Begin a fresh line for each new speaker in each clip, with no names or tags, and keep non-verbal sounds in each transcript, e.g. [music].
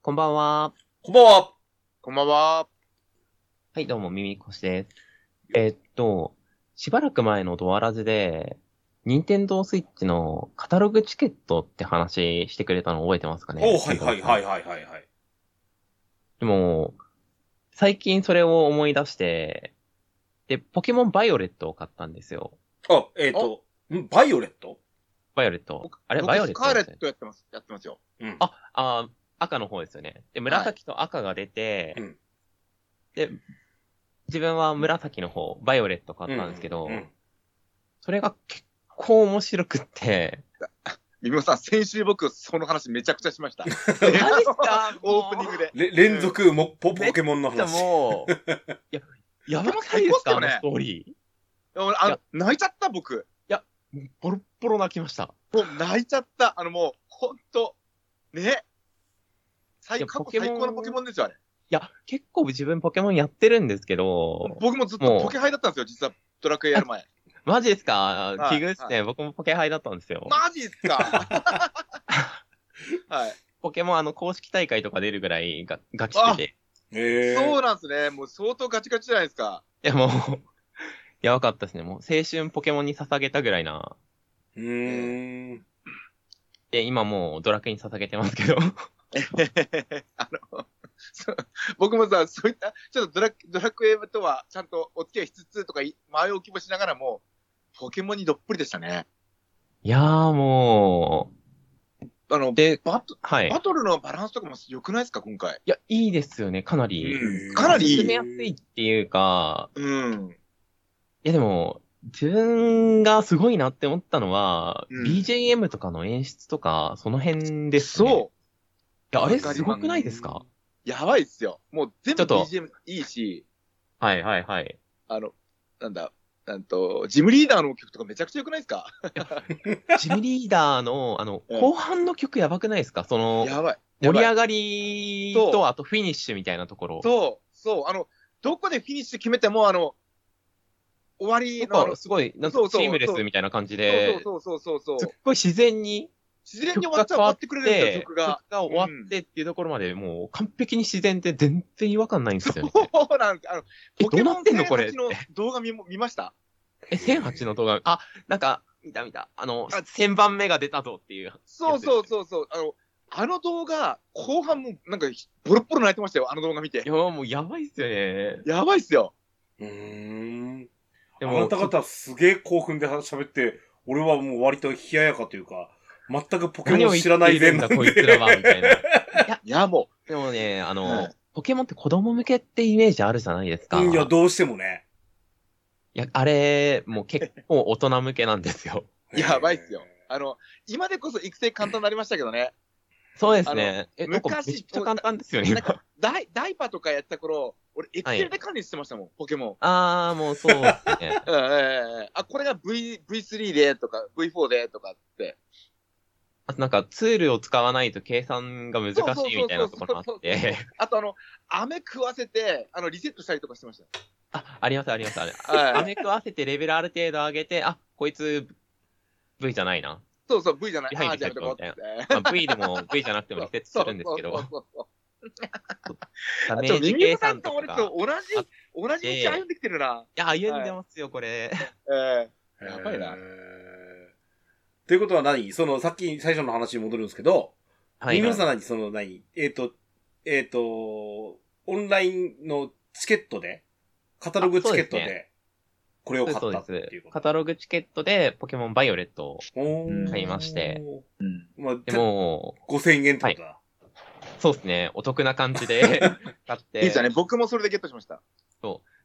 こんばんは。
こんばんは。
こんばんは。
はい、どうも、ミミコシです。えーっと、しばらく前のドアラジで、任天堂スイッチのカタログチケットって話してくれたの覚えてますかね
おうはいはいはいはいはいはい。
でも、最近それを思い出して、で、ポケモンバイオレットを買ったんですよ。
あ、えっ、ー、と、んバイオレット
バイオレット。あ
あ
れバイオレット
スカーレ
です
ッ
ね
トやってます。やってますよ。
うん。
ああー赤の方ですよね。で、紫と赤が出て、
うん
で、自分は紫の方、バイオレット買ったんですけど、
ううん
それが結構面白くって、
みみさん、先週僕、その話めちゃくちゃしました。
[laughs] 何した
[laughs] オープニングで。
れ連続もポポケモンの
じゃ
話。
もう、いや、やばくないですか、
ポケモン最高っすよ
あの
ね
ストーリ
俺あの泣いちゃった、僕。
ー。ボロッボロ泣きました。
もう泣いちゃった。あの、もう、ほんと、ね。
い
最
や
過去
ポケモン
最高のポケモンですよ、あれ。
いや、結構自分ポケモンやってるんですけど、
僕もずっと
もう
ポケハイだったんですよ、実は。ドラクエやる前。
マジですか
はい
奇遇ですね、僕もポケハイだったんですよ。
マジっすか [laughs] はい。
ポケモンあの公式大会とか出るぐらいがガキしてて。
え
そう
ー、
なんですね。もう相当ガチガチじゃないですか。
いや、もう、やばかったですね。もう青春ポケモンに捧げたぐらいな。
うーん。
で、今もうドラクエに捧げてますけど。
[laughs] あの、そう僕もさ、そういった、ちょっとドラドラクエとはちゃんとお付き合いしつつとかい、前置きもしながらも、ポケモンにどっぷりでしたね。
いやーも
あの、
う。で、
バト
はい。
バトルのバランスとかも良くないですか、今回。
いや、いいですよね、かなり。
うん
かなりいい
進めやすいっていうか、
うん。
いやでも、自分がすごいなって思ったのは、
うん
BGM とかの演出とか、その辺です、ね。う。
そ
いや、あれすごくないですか
う。やばいっすよ。もう全
ち
部
ょっと
BGM いいし、
はいはいはい。
あの、なんだ、なんと、ジムリーダーの曲とかめちゃくちゃ良くないですか
ジムリーダーの、あの、
うん
後半の曲やばくないですかその、
やばい。
盛り
やばい
上がり
そ
と、
う
あとフィニッシュみたいなところ。
そう、そう、あの、どこでフィニッシュ決めても、あの、終わり
なん
のあ
か
の、
すごい、なんか
そう
チ
そう
ームレスみたいな感じで、
そうそうそうそう
す
そう
っ。ごい自然に
自然に
曲
終わ
が
っちゃ
変
終
わ
わ
っ
っててくれるんですよ、曲が。
終わってっていうところまで、もう完璧に自然で全然違和感ないんですよね。
そう [laughs] なんです。あの、
え
ポケ
どう
モ
な
ン
ってんのこれ
1008の動画見も見ました
え、1008の動画、あ、なんか、見た見た。あの、
あ
1000番目が出たぞっていう。
そうそうそうそう。あの、あの動画、後半もなんかボロッボロ泣いてましたよ、あの動画見
い
て。
や、もうやばいっすよね。
やばいっすよ。
うーん。
で
あなた方すげえ興奮で喋って、俺はもう割と冷ややかというか、全くポケ
何を
モン
言っ
知らな
て
い
いる
前
んだ、
なん
こいつ
で。
らは、み
[laughs]
たいな。
いや、も
でもね、あの、
はい
ポケモンって子供向けってイメージあるじゃないですか。
いや、
い
どうしてもね。
やあれ、もう結構大人向けなんですよ。
う、やばいっすよ。あの、今でこそ育成簡単になりましたけどね。
そうですね。え、なんかめ
昔
ちゃくちゃ簡単ですよね、
なん
今
か、ダイダイパーとかやってた頃、俺、エクセルで管理してましたもん、ポケモン。
あー、もうそうですね。
うんうんうんうんあ、これが V、V3 でとか、V4 でとかって。
あとなんかツールを使わないと計算が難しいみたいなところもあって。
あとあの、飴食わせて、あの、リセットしたりとかしてました。
あ、ありますありますあれ。
はい
アメ食わせてレベルある程度上げて、あ、こいつ V じゃないな。
そうそう、V じゃない。
リ
あ
ハイ
ー
リ
じゃあやめとこうって
リ。まあ、v でも V じゃなくてもリセットするんですけ
そう
ど
そう、そうそう
ダメ
ちょ
ー
っと
ジ
耳
計
のさん
算
と
と
俺
か
と
が。い
同じ、同じ道歩んできてるな。
や、歩んでますよ、これ。
え
へー
やばいな。
ということは何その、さっき最初の話に戻るんですけど、
はい。
皆さん何その何えっ、と、えっ、と、オンラインのチケットで、カタログチケット
あそうです
で、これを買
そ
っ
う
た
で
っていう
す。
こ
カ
と。
タログチケットでポケモンバイオレットを。
おー
買いまして。
うん。
まあ、
で
で
も、
も、5000円ってことだ。
そうですね、お得な感じ
[laughs]
で買っ
い
て。
いですよね。僕もそれでゲットしました。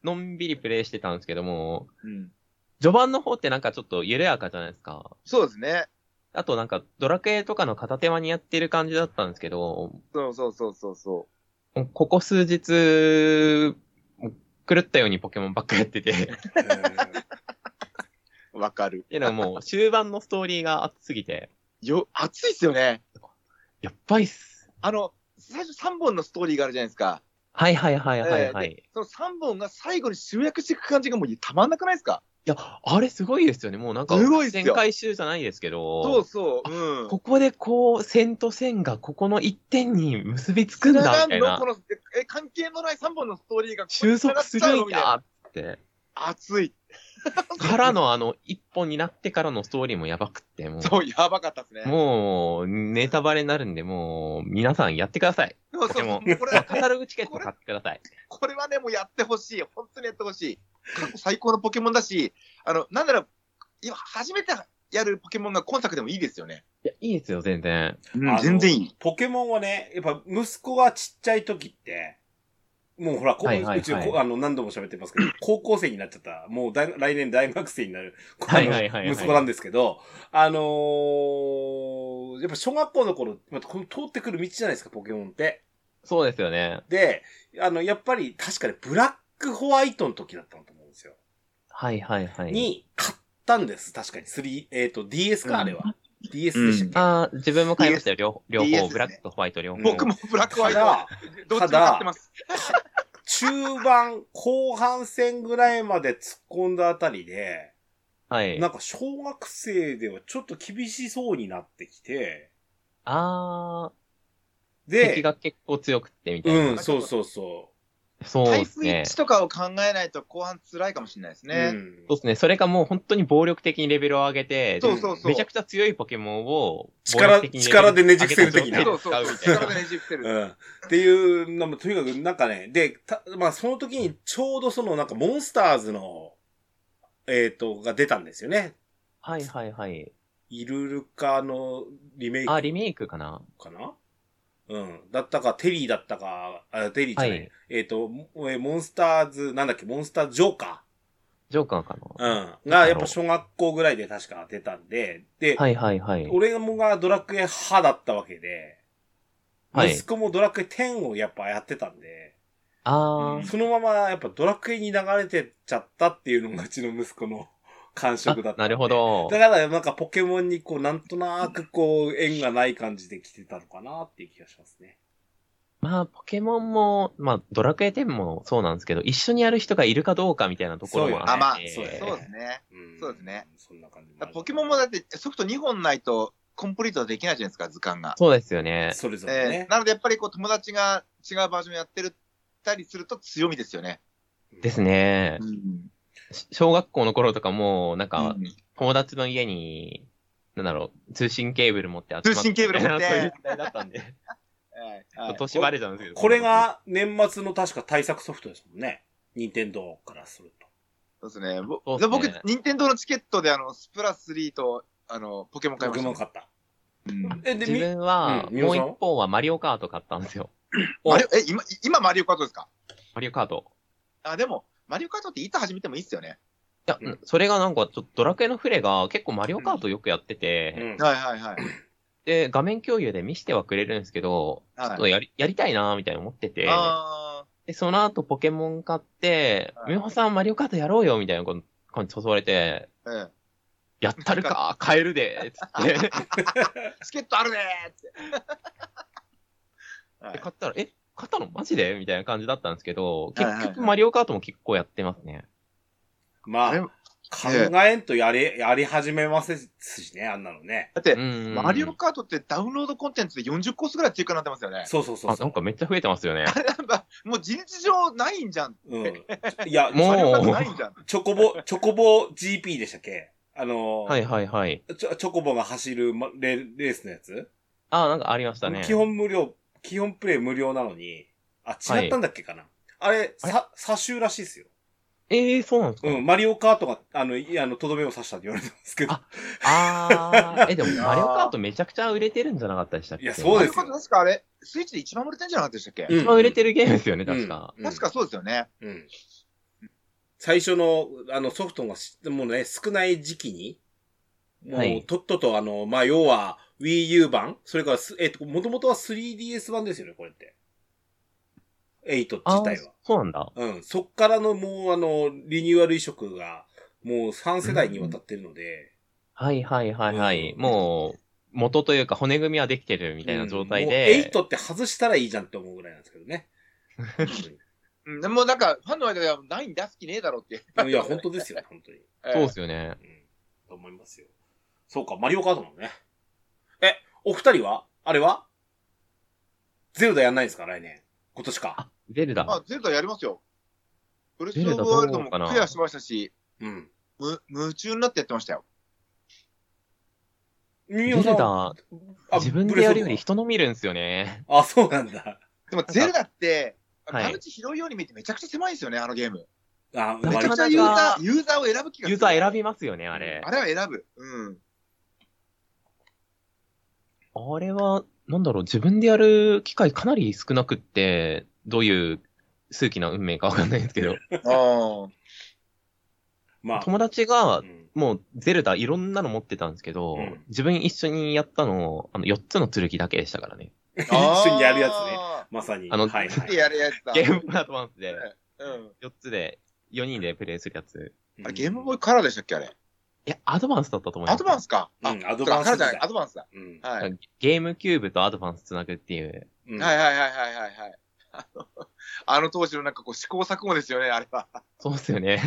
のんびりプレイしてたんですけども、
うん。
序盤の方ってなんかちょっと緩やかじゃないですか。
そうですね。
あとなんかドラクエとかの片手間にやってる感じだったんですけど、
そうそうそうそうそ
もうここ数日、もう狂ったようにポケモンばっかやって
[laughs]
て、っ
へー
う。わかる。
ていうのはもう終盤のストーリーが熱すぎて、
よ、熱いっすよね。
やっばいっす。
あの、最初3本のストーリーがあるじゃないですか。
はいはいはいはいはい。
その3本が最後に集約していく感じがもうたまんなくないですか
や、あれすごいですよね。もうなんか、
すごいっすよ
旋回収じゃないですけど。
そうそう。うん。
ここでこう、線と線がここの一点に結びつくんだ、みたい
の
な
こ。の、え、関係のない3本のストーリーがここに
収
繋が
束
っち
す
ゃう
る
の
ん
みたいな。
だって。
熱い。
からのあの、一本になってからのストーリーもやばくって、も
そう、やばかったですね。
う、もう、ネタバレになるんで、もう、皆さんやってください。
そうそ
で
う
も
これは
カ
ね、
タログチケット買ってください。
これはね、もうやってほしい。本当にやってほしい。過去最高のポケモンだし、あの、なんなら、今、初めてやるポケモンが今作でもいいですよね。
いや、いいですよ、全然。
うん
あの
全然いい。
ポケモンはね、やっぱ息子がちっちゃい時って、もうほら、こ
はいはいはいう
ちこあの何度も喋ってます
[laughs]
けど、高校生になっちゃった、もう大来年大学生になる、この
はいはいはいはい
息子なんですけど、あのーやっぱ小学校の頃、またこの通ってくる道じゃないですか、ポケモンって。
そうですよね。
で、あの、やっぱり確かにブラックホワイトの時だったと思うんですよ。
はいはいはい。
に、買ったんです、確かに。3、えっ、と、DS
うん
か、あれは。DS でしたっけ、
あー自分も買いましたよ、両両
DS
方、
ね
ブラックとホワイト両方。
僕もブラックホワイト
ただ
は、どっちも買ってます。
中盤、後半戦ぐらいまで突っ込んだあたりで、
はい。
なんか小学生ではちょっと厳しそうになってきて、
あー、敵
で、
が結構強くってみたいな。
うん、そうそうそ
そう
タイ
です
プ
ね。
1
そ
とかを考えないと後半辛いかもしれないです
う。
ね。
うん
うですね。それかもう本当に暴力的にレベルを上げて、
そうそうそう。
めちゃくちゃ強いポケモンを
力
暴力的にレベル
力でねじ伏せる的な
上
そ
げ
う
た状態で
そうそう。
使うみたいな。
力でねじ伏せる。
うんっていうのも、とにかくなんかね、で、たまあその時にちょうどそのなんかモンスターズの、えっ、と、が出たんですよね。
はいはいはい。
イルルカのリメイク
あ、リメイクかな
かなうん。だったか、テリーだったか、あテリーじゃない。
はい
えっ、と、もえーモンスターズ、なんだっけ、モンスターズジョーカ
ジョーカーかな
ーうん。
だろ
が、
う
やっぱ小学校ぐらいで確か出たんで、で、
はいはいはい。
俺もがドラクエ派だったわけで、
はい
息子もドラクエ10をやっぱやってたんで、
あー
そのままやっぱドラクエに流れてっちゃったっていうのがうちの息子の [laughs] 感触だっ
あ、
た。
なるほ。ど。
だからなんかポケモンにこうなんとなくこう縁がない感じで来てたのかなっていう気がしますね。
まあ、ポケモンも、まあ、ドラクエ10もそうなんですけど、一緒にやる人がいるかどうかみたいなところも
あ、ま
あっ、
あ
そ
て、
うだよ
そうですね。
うん
そうですね。
そんな感じもあ
だ
る。
ポケモンもだってソフト2本ないとコンプリートできないじゃないですか、図鑑が。
そうですよね。
それぞれ
え
ね
ー。なのでやっぱりこう友達が違うバージョンやってるたりすると強みですよね。
ですね。
ん。
し小学校の頃とかも、なん
う
か、
ん
友達の家に、なんだろう、通信ケーブル持って集まって
通信ケーブル持って
そういう時代だった
[laughs]
んで、
はいはい
年バレちゃうんですけど。
これ、が年末の確か対策ソフトですもんね。任天堂からすると。
そうですね。ぼ
そうですね
僕、任天堂のチケットであの、スプラ3と、あの、ポケモン買い
ポ
ま
ケ
した
モ
も
ン
ん。
買った。
うん
え、で、
自
み、
分は、
うんみ
も
お
う
さん
一方はマリオカート買ったんですよ。
お
マリオえ、今、今マリオカートですか
マリオカート。
あ、でも、マリオカートっていつ始めてもいいっすよね。
いや、
うん
それがなんか、ちょっとドラクエのフレが結構マリオカートよくやってて、
うん。
はいはいはい。
で、画面共有で見してはくれるんですけど、
はい
ちょっとやり、やりたいなーみたいな思ってて、
あ
で、その後ポケモン買って
は、い
みほさんマリオカートやろうよみたいなこと感じ誘われて、
あ、え
やったるかー、買えるでー、つって。
え。チケットあるねーって。 [laughs] は
で、
い
買ったら、え、買ったのマジでみたいな感じだったんですけど、
はいは
結
いはい
局マリオカートも結構やってますね。
ま
あれ
あ、
も
考えんとやれ、やり始めますしね、あんなのね。
だって
う、ん。
マリオカートってダウンロードコンテンツで40コースぐらい追加になってますよね。
そうそうそう
あ、
そ
な。
うん
かめっちゃ増えてますよね。
なんかもう事実上ないんじゃん。
うん。いや、
もう
マリオカートないんじゃん。
チョコボ、チョコボ GP でしたっけあの、
はいはいはい。
ちょチョコボが走るまレレースのやつ
あ、なんかありましたね。
基本無料、基本プレイ無料なのに、あ、違ったんだっけかな、あれ、さ、差しらしいですよ。
えー、そうなんですか、
うん、マリオカートが、あの、いあの、とどめを刺したって言われてますけど。
ああー、え、でもマリオカートめちゃくちゃ売れてるんじゃなかったでしたっけ
いやそう
マ
で
リオ
す
カ
よ
ート確かあれ、スイッチで一番売れてんじゃなかったでしたっけ
うん
一番売れてるゲームですよね、確か。
うん
確か、そうですよね。
うん。最初の、あの、ソフトがし、もうね、少ない時期に、も
は
う
い、
とっとと、あの、まあ、要は、Wii U 版それからす、えっ、と、もともとは 3DS 版ですよね、これって。8
あ
自体
ー
は。
そうなんだ。
うん。そっからの、もう、あの、リニューアル移植が、もう3世代にわたってるので、
はいはいはいはい。
うん
もう、元というか骨組みはできてるみ
み
たいな状態で。 [laughs]
8って外したらいいじゃんって思うぐらいなんですけどね。うん
うん、でもなんか、ファンの間ではないんだ、好きねえだろって。。
いや、本当ですよ、本当に。
[laughs] そうですすよね。
うん。と思いますよ。そうか、マリオカートもね。え、お二人はあれはゼルダやんないんですか来年。今年か。
ゼル
まあ
ダ。、
ゼルダやりますよ。ブレス
ゼルダ
オブ
どう
ワールドも
かな
クリアしましたし、
うん。
む夢中になってやってましたよ。
ミ
ゼ
オ
ル
さんは。
ダ、
あ
自分でやるより。人の見るんですよね。
ブレスオブあ、そうなんだ。
でもゼルダって、
はい
間口広いように見えてめちゃくちゃ狭いんですよね、あのゲーム。
な
あ、
め
か
ちゃ
な
く
か
ちゃユーザー、ユーザーを選ぶ気がする。
ユーザー選びますよね、あれ。
あれは選ぶ。
[laughs]
うん。
あれは、なんだろう、自分でやる機会かなり少なくって、どういう数奇な運命かわかんないですけど、
あ
まあ。
友達が
う、ん
もうゼルダいろんなの持ってたんですけど、
うん
自分一緒にやったの、あの、4つの剣だけでしたからね。
あ。
一緒にやるやつね。まさに。
あの
はい、
一人
はい。
でやるやつだ。
ゲームボーイアドバンスで、
うん。
4つで、4人でプレイするやつ。
あれ、ゲームボー
イ
イカラーでしたっけあれ。
いや、アドバンスだったと思います。
アドバン
ス
スか。あ
うんアドバンス
カラーじゃない、アドバンスだ。
うん。
はい。はい
ゲームキューブとアドバンスつなぐって [laughs] いう。
うん
はいはいはいはい [laughs] はい。あのあの当時のなんかこう試行錯誤ですよね、あれは。
[laughs]
そうっすよね。
や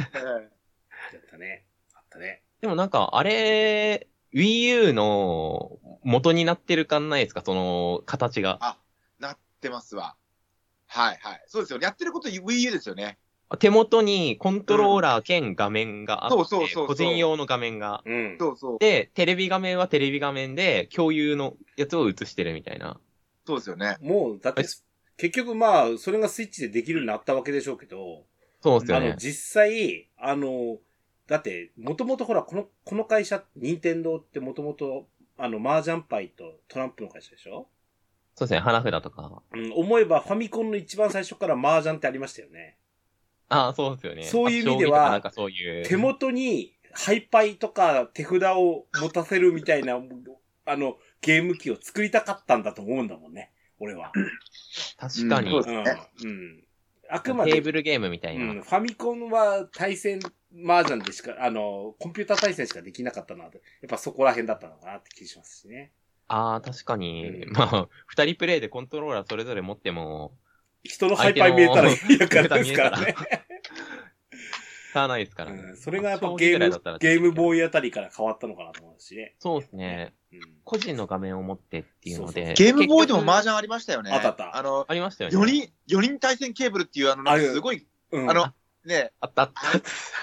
ったね。あったね。
でもなんか、あれ、Wii U の元になってる感ないですかその、形が。
あ、なってますわ。はいはい。そうですよね。やってること Wii U ですよね。
手元にコントローラー兼画面があって、
そうそうそうそう
個人用の画面が。
うん。
そうそう。
で、テレビ画面はテレビ画面で共有のやつを映してるみたいな。
そうですよね。
もう、だって、結局まあ、それがスイッチでできるようになったわけでしょうけど、
そうっすよ
あ
ね
の、。実際、あの、だって、もともとほら、この、この会社、任天堂ってもともと、あの、麻雀パイとトランプの会社でしょ
そうですね。花札とか。
うん、思えばファミコンの一番最初から麻雀ってありましたよね。
ああ、そうですよね。
そういう意味
あ将棋
で
とか
は
なんかそういう。
手元に、ハイパイとか手札を持たせるみたいな、あの、ゲーム機を作りたかったんだと思うんだもんね。俺は。
確かに。
うんそう
う
で
ん。うん。あくま
テー
で
ブルゲームみたいな。
うん、ファミコンは対戦麻雀でしか、あの、コンピューター対戦しかできなかったなと。やっぱそこら辺だったのかなって気しますしね。
ああ、確かに。
うん
まあ、二人プレイでコントローラーそれぞれ持っても、
人のハイパイ見えたら嫌からですからね。
差はないですからね。
うん、それがやっぱゲー
将棋ぐらいだったら
ム、ゲームボ
ーイ。
ーイあたりから変わったのかなと思うしね。
そうですね。
うん。
個人の画面を持ってっていうので。
ゲームボーイでも麻
結局
雀ありましたよね。
あったあった
あの、
ありましたよね。
4人、四人対戦ケーブルっていう、あの、なんかすごい、
うん、
あの、ね、
あったあった。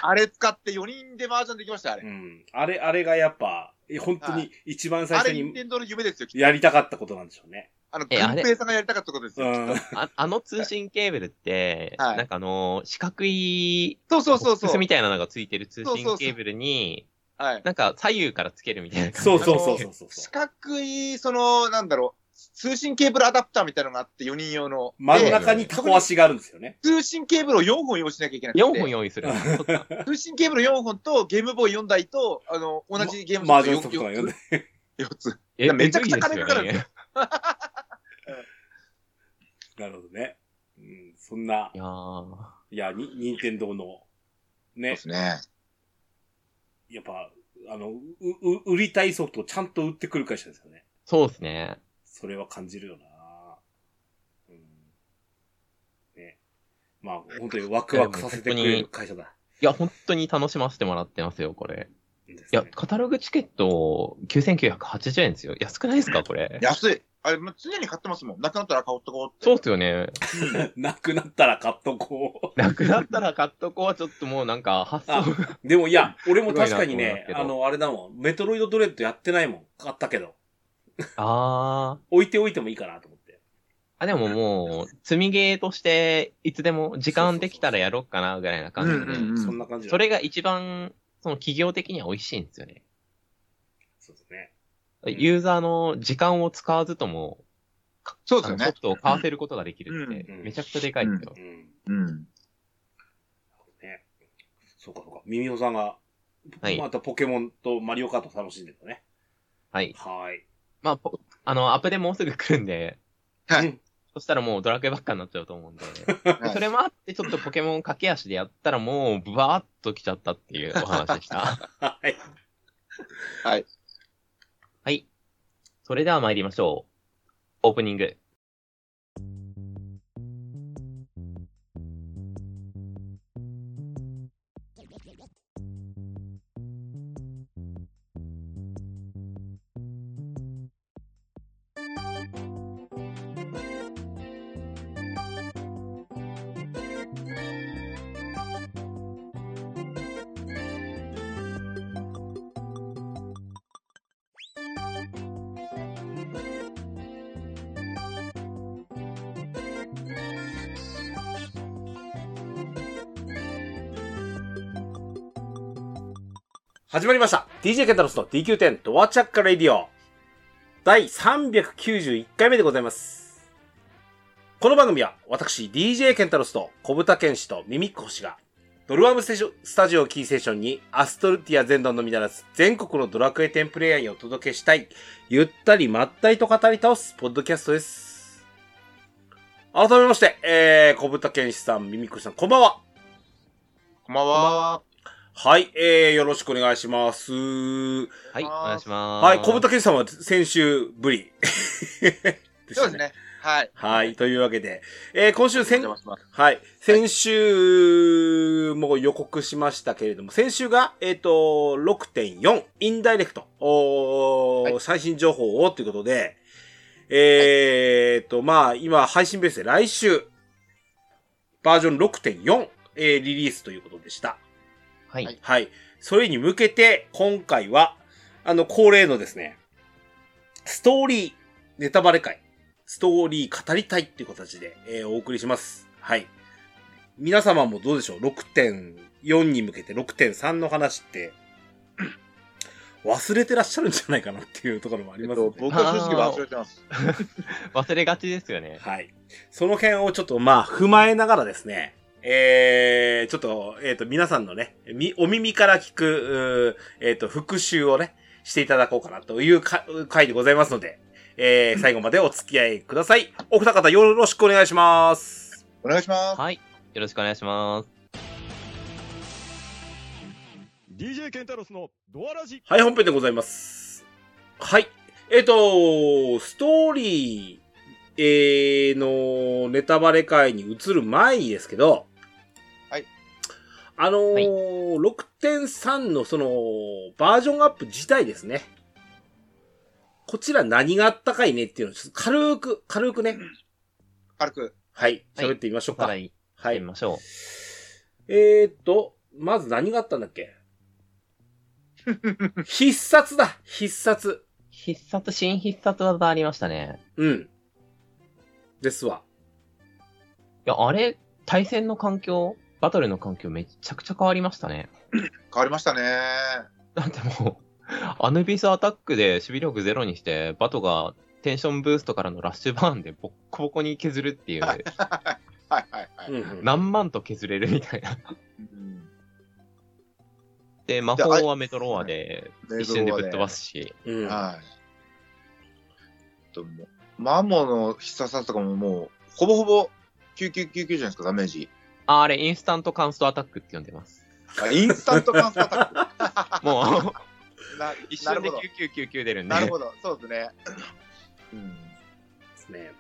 あれ使って4人で麻雀できましたよ、あ
う
れ。
ん。あれ、あれがやっぱ、本当に一番最
あ
初
れ、任
に
天堂の夢ですよ。
やりたかったことなんでしょうね。
あの、
えあ
軍
れ
平さんがやりたかったことです
う
よ。
ん。
ああの通信ケーブルって、
はい
なんかあの、四角い、
そう
[laughs]
そうそ
ボッ
う
ク
そ
ス
う
み。たいなのがついてる通
そうそうそ
信ケ
う
ーブルに、
はい。
なんか左右からつけるみたいな感じ。
そうそうそうそうそう。
四角い、その、なんだろう、通信ケーブルアダプターみたいなのがあって、4人用の。
真ん
で
中にタコ足があるんですよね。
通信ケーブルを4本用意しなきゃいけなくて。
4本用意する。そっか
通信ケーブル4本と、ゲームボーイ4台と、あの、同じゲーム
マージョンソフトが
4
読んで。
つ。
え
[laughs] めちゃくちゃ金かかるん
えぐいで
で
すす
よ
よね。
なるほどね。うん、そんな、
いやー
いや、に、任天堂の、
で
ね、
すね。
やっぱ、あの、う、う、売りたいソフトをちゃんと売ってくる会社ですよね。
そうですね。
それは感じるよなうん。ね。まあ、本当にワクワクさせてくれる会社だ。
いや、本当に楽しませてもらってますよ、これ。
い
いや、カタログチケット9980円ですよ。安くないですか、これ。
安い。あれ、もう常に買ってますもん。なくなったら買おうとこうって。
そうっすよね。
[laughs] なくなったら買っとこ
なくなったら買っとこうはちょっともうなんか発想が。
う。でもいや、俺も確かに
すごいな
ね
と思いますけ、ど
あの、あれだもん、メトロイドドレッドやってないもん。買ったけど。
[laughs] あー。
置いておいてもいいかなと思って。
あ、でももう、積みゲーとして、いつでも時間できたらやろうかな、ぐらいな感
う
じ
んうんうん
そんな感じ
で。
だ
それが一番、その企業的には美味しいんですよね。
そうですね。ん
ユーザーの時間を使わずとも、
そうです
あ
よ
のソ
ね
フ。トを買わせることができるっ
うん
て、めちゃくちゃでかいですよ
う。ん。
うん。
ね。そうかそうか。ミミホさんが、
はい
またポケモンとマリオカート楽しんでたね。
はい。
はーい。。
まあ、ポあの、アップでもうすぐ来るんで、
はい
そしたらもうドラクエばっかになっちゃうと思うんで、
はい
それもあってちょっとポケモン駆け足でやったらもうブワーッと来ちゃったっていうお話でした。
はい。
はい。それでは参りましょう。オープニング。
始まりました !DJ ケンタロスの DQ10 ドアチャッカレディオ第391回目でございます。この番組は私 DJ ケンタロスと小豚健士とミミック星がドルワムステショスタジオキーセーションにアストルティア全土のみならず全国のドラクエ10プレイヤーにお届けしたいゆったりまったりと語り倒すポッドキャストです。改めまして、えー、小豚健士さん、ミミック星さん、こんばんは。
こんばんは。
はい、えー、よろしくお願いします。
はい、お願いします。
はい、小豚健さんは先週ぶ
[laughs]
り。で
そうです。ね。はい。
はい、というわけで、えー、今週
お
先
邪、魔します。
はい、先週も予告しましたけれども、先週が、えっ、と、6.4、インダイレクト、おー
は
最新情報をということで、えー、と、まあ、今、配信ベースで来週、バージョン6.4、えー、リリースということでした。
はい。は
は
いい。
はい。それに向けて、今回は、あの、恒例のですね、ストーリー、ネタバレ会、ストーリー語りたいっていう形で、えーお送りします。はい。皆様もどうでしょう ?6.4 に向けて6.3の話って、忘れてらっしゃるんじゃないかなっていうところもあり
えっ
ますの
と、
で、
僕は正直忘れてます。
忘れがちですよね。
はい。その辺をちょっとまあ踏まえながらですね、えー、ちょっと、えっ、と、皆さんのね、み、お耳から聞く、うーえっ、と、復習をね、していただこうかなというか回でございますので、えー、最後までお付き合いください。お二方よろしくお願いします。
お願いします。
はい。よろしくお願いします。
DJ ケンタロスのドアラジ
はい、本編でございます。はい。えっ、と、ストーリー、えー、の、ネタバレ会に移る前にですけど、
はい。
あのー
はい
6.3のその、バージョンアップ自体ですね。こちら何があったかいねっていうのを、ちょっと軽く、軽くね、
軽く。
はい、
はい
喋ってみましょうか。
さ
は
ら
い。
に行ってみましょう。
えー、っと、まず何があったんだっ
[laughs]
け必殺だ必殺。
必殺、新必殺技ありましたね。
うん。ですわ。
いや、あれ、対戦の環境、バトルの環境めちゃくちゃ変わりましたね。
変わりましたね。
だってもう、アヌビスアタックで守備力ゼロにして、バトがテンションブーストからのラッシュバーンでボッコボコに削るっていう、
はいはいはい。
うんうん、
何万と削れるみたいな。
うん
で、魔法はメトロアで、一瞬でぶっ飛ば。すし。
うん。
はい。ともうマモの必殺技とかももう、ほぼほぼ、9999じゃないですか、ダメージ。
ああれ、インスタントカンストアタックって呼んで
[laughs]
ます。
あインスタントカンスアタ [laughs] ック。
もう、
な
一
なる
瞬で
ほど
9999出るんで。
なるほど、そうですね。うん。
ね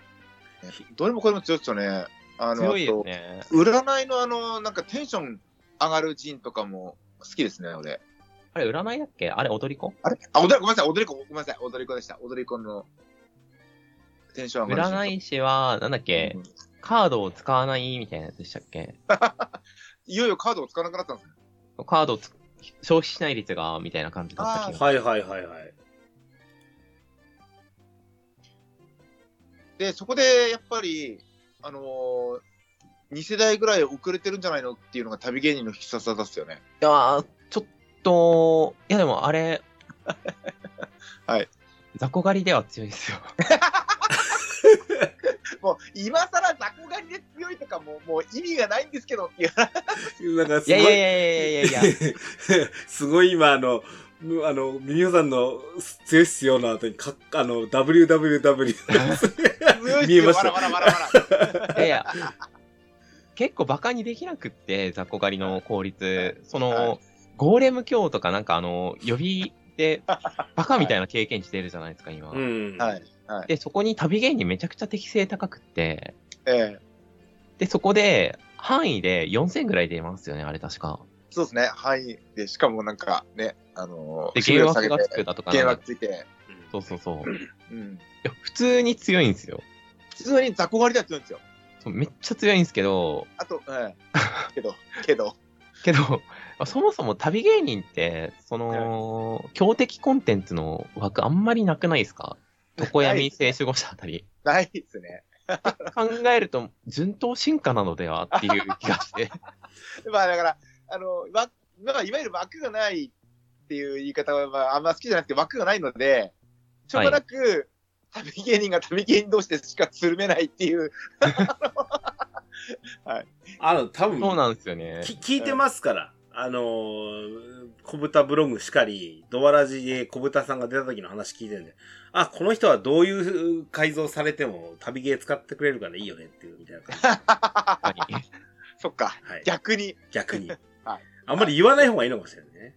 どれもこれも強いですよね。あの、
強いで
あ
す
と、
ね。
占いのあの、なんかテンション上がるジンとかも好きですね、俺。
あれ、占いだっけあれ、踊り子
あれあ、踊り、ごめんなさい、踊り子、ごめんなさい、踊り子でした。踊り子のテンション上がる
占
ジン
い師は、なんだっけ、
うん
カードを使わないみたいなやつでしたっけ
いよいよカードを使わなくなったんですね。
カードをつ消費しない率が、みたいな感じだった気が。
はいはいはいはい。 [laughs]
で、そこでやっぱり、あのー、2世代ぐらい遅れてるんじゃないのっていうのが旅芸人の必殺技っすよね。
いやー、ちょっと、いやでもあれ、
はい。
雑魚狩りでは強いですよ。
[laughs] もう、今更雑魚狩りで強いとかも、もう意味がないんですけどっていう。
なんかす
いやいやい
ごい、
やいやいやいや
[laughs] すごい今あの、むあの、ミミオさんの強いっすよの後に、かあの、WWW。
強いっす
見えま
よ、
し
わ
た
らわらわらわら。
いやいや。結構バカにできなくって、雑魚狩りの効率。その、
はい
ゴーレム教とかなんかあの、予備で、バカみたいな経験してるじゃないですか、今。
うん。
[laughs] はい。はい。
で、そこに旅芸人めちゃくちゃ適性高くって、
ええ
で、そこで、範囲で4000ぐらい出ますよね、あれ確か。
そうですね。範囲で、しかもなんかね、あの
で、
ー、
ゲーム
下げ
が
て
つ、くだとか
ゲ
なん
ームが
か。
ついて、
そうそうそう。い
うん。
や、普通に強いんですよ。
普通に雑魚狩りでは強いんですよ。
そうめっちゃ強いんですけど、
あと、ええけど、けど、
けど、 [laughs] そもそも旅芸人って、その、強敵コンテンツの枠あんまりなくないですか床闇聖守護者あたり。
ないですね。
考えると、順当進化なのではって
[laughs]
いう気がして。
まあだから、あの、わまあ、いわゆる枠がないっていう言い方はあんま好きじゃなくて枠がないので、しょうがなく、旅芸人が旅芸人同士でしかつるめないっていう、
あの、多分、
そうなんですよね。
き聞いてますから。あのー、小豚ブログしかり、ドワラジで小豚さんが出た時の話聞いてるんで、あ、この人はどういう改造されても旅芸使ってくれるからいいよねっていう、みたいな感じ。
はい
そっか、
はい。
逆に。
逆に。
[laughs] はい
あんまり言わない方がいいのかもしれないね。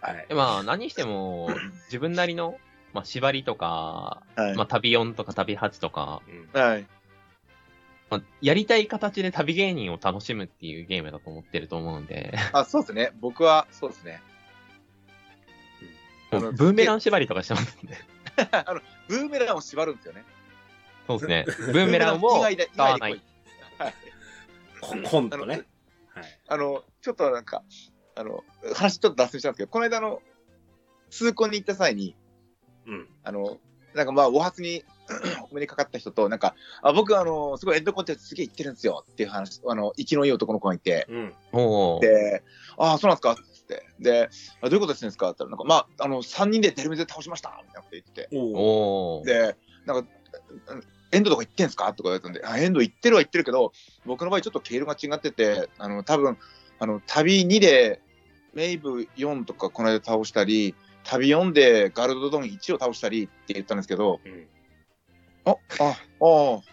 はい
で。まあ、何しても、自分なりの、まあ、縛りとか、
はい
まあ、旅4とか旅8とか、
うん
はい。
まあ、やりたい形で旅芸人を楽しむっていうゲームだと思ってると思うんで、
あ、そうですね。僕は、そうですね。 [laughs]
ブ
あの
ーメラン縛りとかしてますね。
あの、ブーメランを縛るんですよね。
そうです
[laughs]
ね。ブーメランを
以外で以
使わ
外
な
で来
い
い。。はい。
こ今度ね。はい。
あの、ちょっとなんか、あの、話ちょっと脱線したんですけど、この間あの、通行に行った際に、
うん。
あの、なんかまあ、お初に [clears throat] お目にかかった人と、なんか、あ僕あの、すごいエンドコンテンツすげえ行ってるんですよっていう話、あの、生きのいい男の子がいて、
うん。
おー
で、ああ、そうなんですかっつって、で、あどういうことしてるんですかって言ったら、なんか、まあ、あの、3人でテレビで倒しましたみたいなこと言ってて、
おお。
おー
で、なんか、エンドとか行ってんすかとか言われたんで、あエンド行ってるは行ってるけど、僕の場合ちょっと経路が違ってて、あの、多分、あの、旅2で、メイブ4とかこの間倒したり、旅4でガルドドン1を倒したりって言ったんですけど、
うん
あ、あ、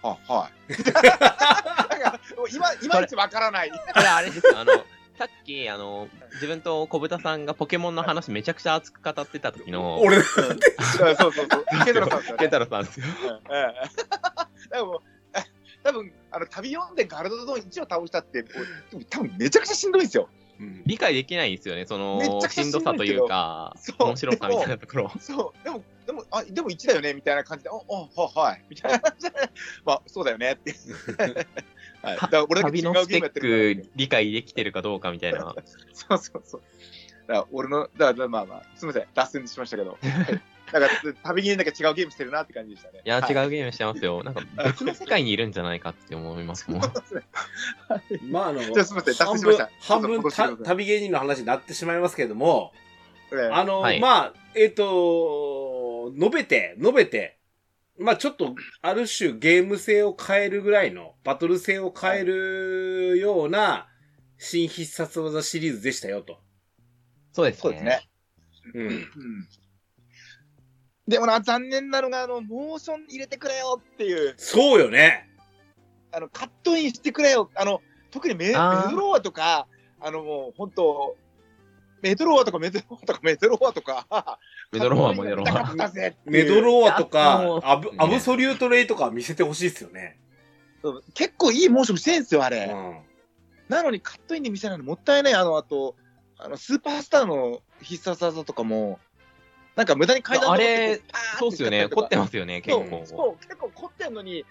あ、あ、はい。
[laughs]
なんか、もう今、いまいちわからない。
これあれです、あの、さっき、あの、自分と小豚さんがポケモンの話めちゃくちゃ熱く語ってた時の、
俺、
そうそうそう。ケトロさんですよ
ケ
ね。
タロウさんですよ。
うん [laughs] うんだからもうあ多分あの旅読んでガルドドン1を倒したって、こう多分めちゃくちゃしんどいんですよ。
うん
理解できないんですよね、そ
めっ
の
ちゃ、くち
し
ゃ
んどさというか
しんどいけ、どそう
面白さみたいなところ。
そう、でも、でも、あでも1だよねみたいな感じで、おおははい、みたいな感じで、 [laughs] まあ、そうだよ [laughs] ねって。はい、だから俺だけ違
旅
う
のスペ
ゲームや
ッ
ってるか
ク理解できてるかどうかみたいな。
ら。そうそうそう。だから俺の、だからまあまあ、すみません、脱線しまし
[laughs]
たけど。はいだから旅にだけ違うゲームしてるなって感じでしたね。
いや、
は
違うゲームしてますよ。なんか別の世界にいるんじゃないかって思いますもん。
まあ、
[laughs]
あの、
じゃあすいません脱
半
線しま
分
した、
半
どう
分た
ぞ
旅芸人の話になってしまいますけれども、
え
あの、
はい
まあ、えっ、と、述べて、述べて、まあちょっと、ある種ゲーム性を変えるぐらいの、バトル性を変えるような、新必殺技シリーズでしたよと。
そうで
え
す
[laughs] そうですね
ね。。
うん。
うんでもな、残念なのが、あの、モーション入れてくれよっていう、
そうよね。
あの、カットインしてくれよ。あの、特にメメド
あー
ロワとか、あの、もう、本当メドロワとかメドロワとかメドロワとか、
メドローはメドロ
カッ
ー
トインが見たかったぜっていう
メドローアと
いやもう
か、アブ
ね
アブソリュートレイとか見せてほしいですよね。
そう結構いいモーションしてんすよ、あ
う
れ。
ん。
なのにカットインで見せないのもったいない。あの、あと、あの、スーパースターの必殺技とかも、なんか無駄に階
あ
段登っ
れ
てこう、パー
そ
ン
うで
て
す
使
よ
ったり
ね。
と
凝
か
ってますよね、結
そう
構。
そう、結構凝ってんのに、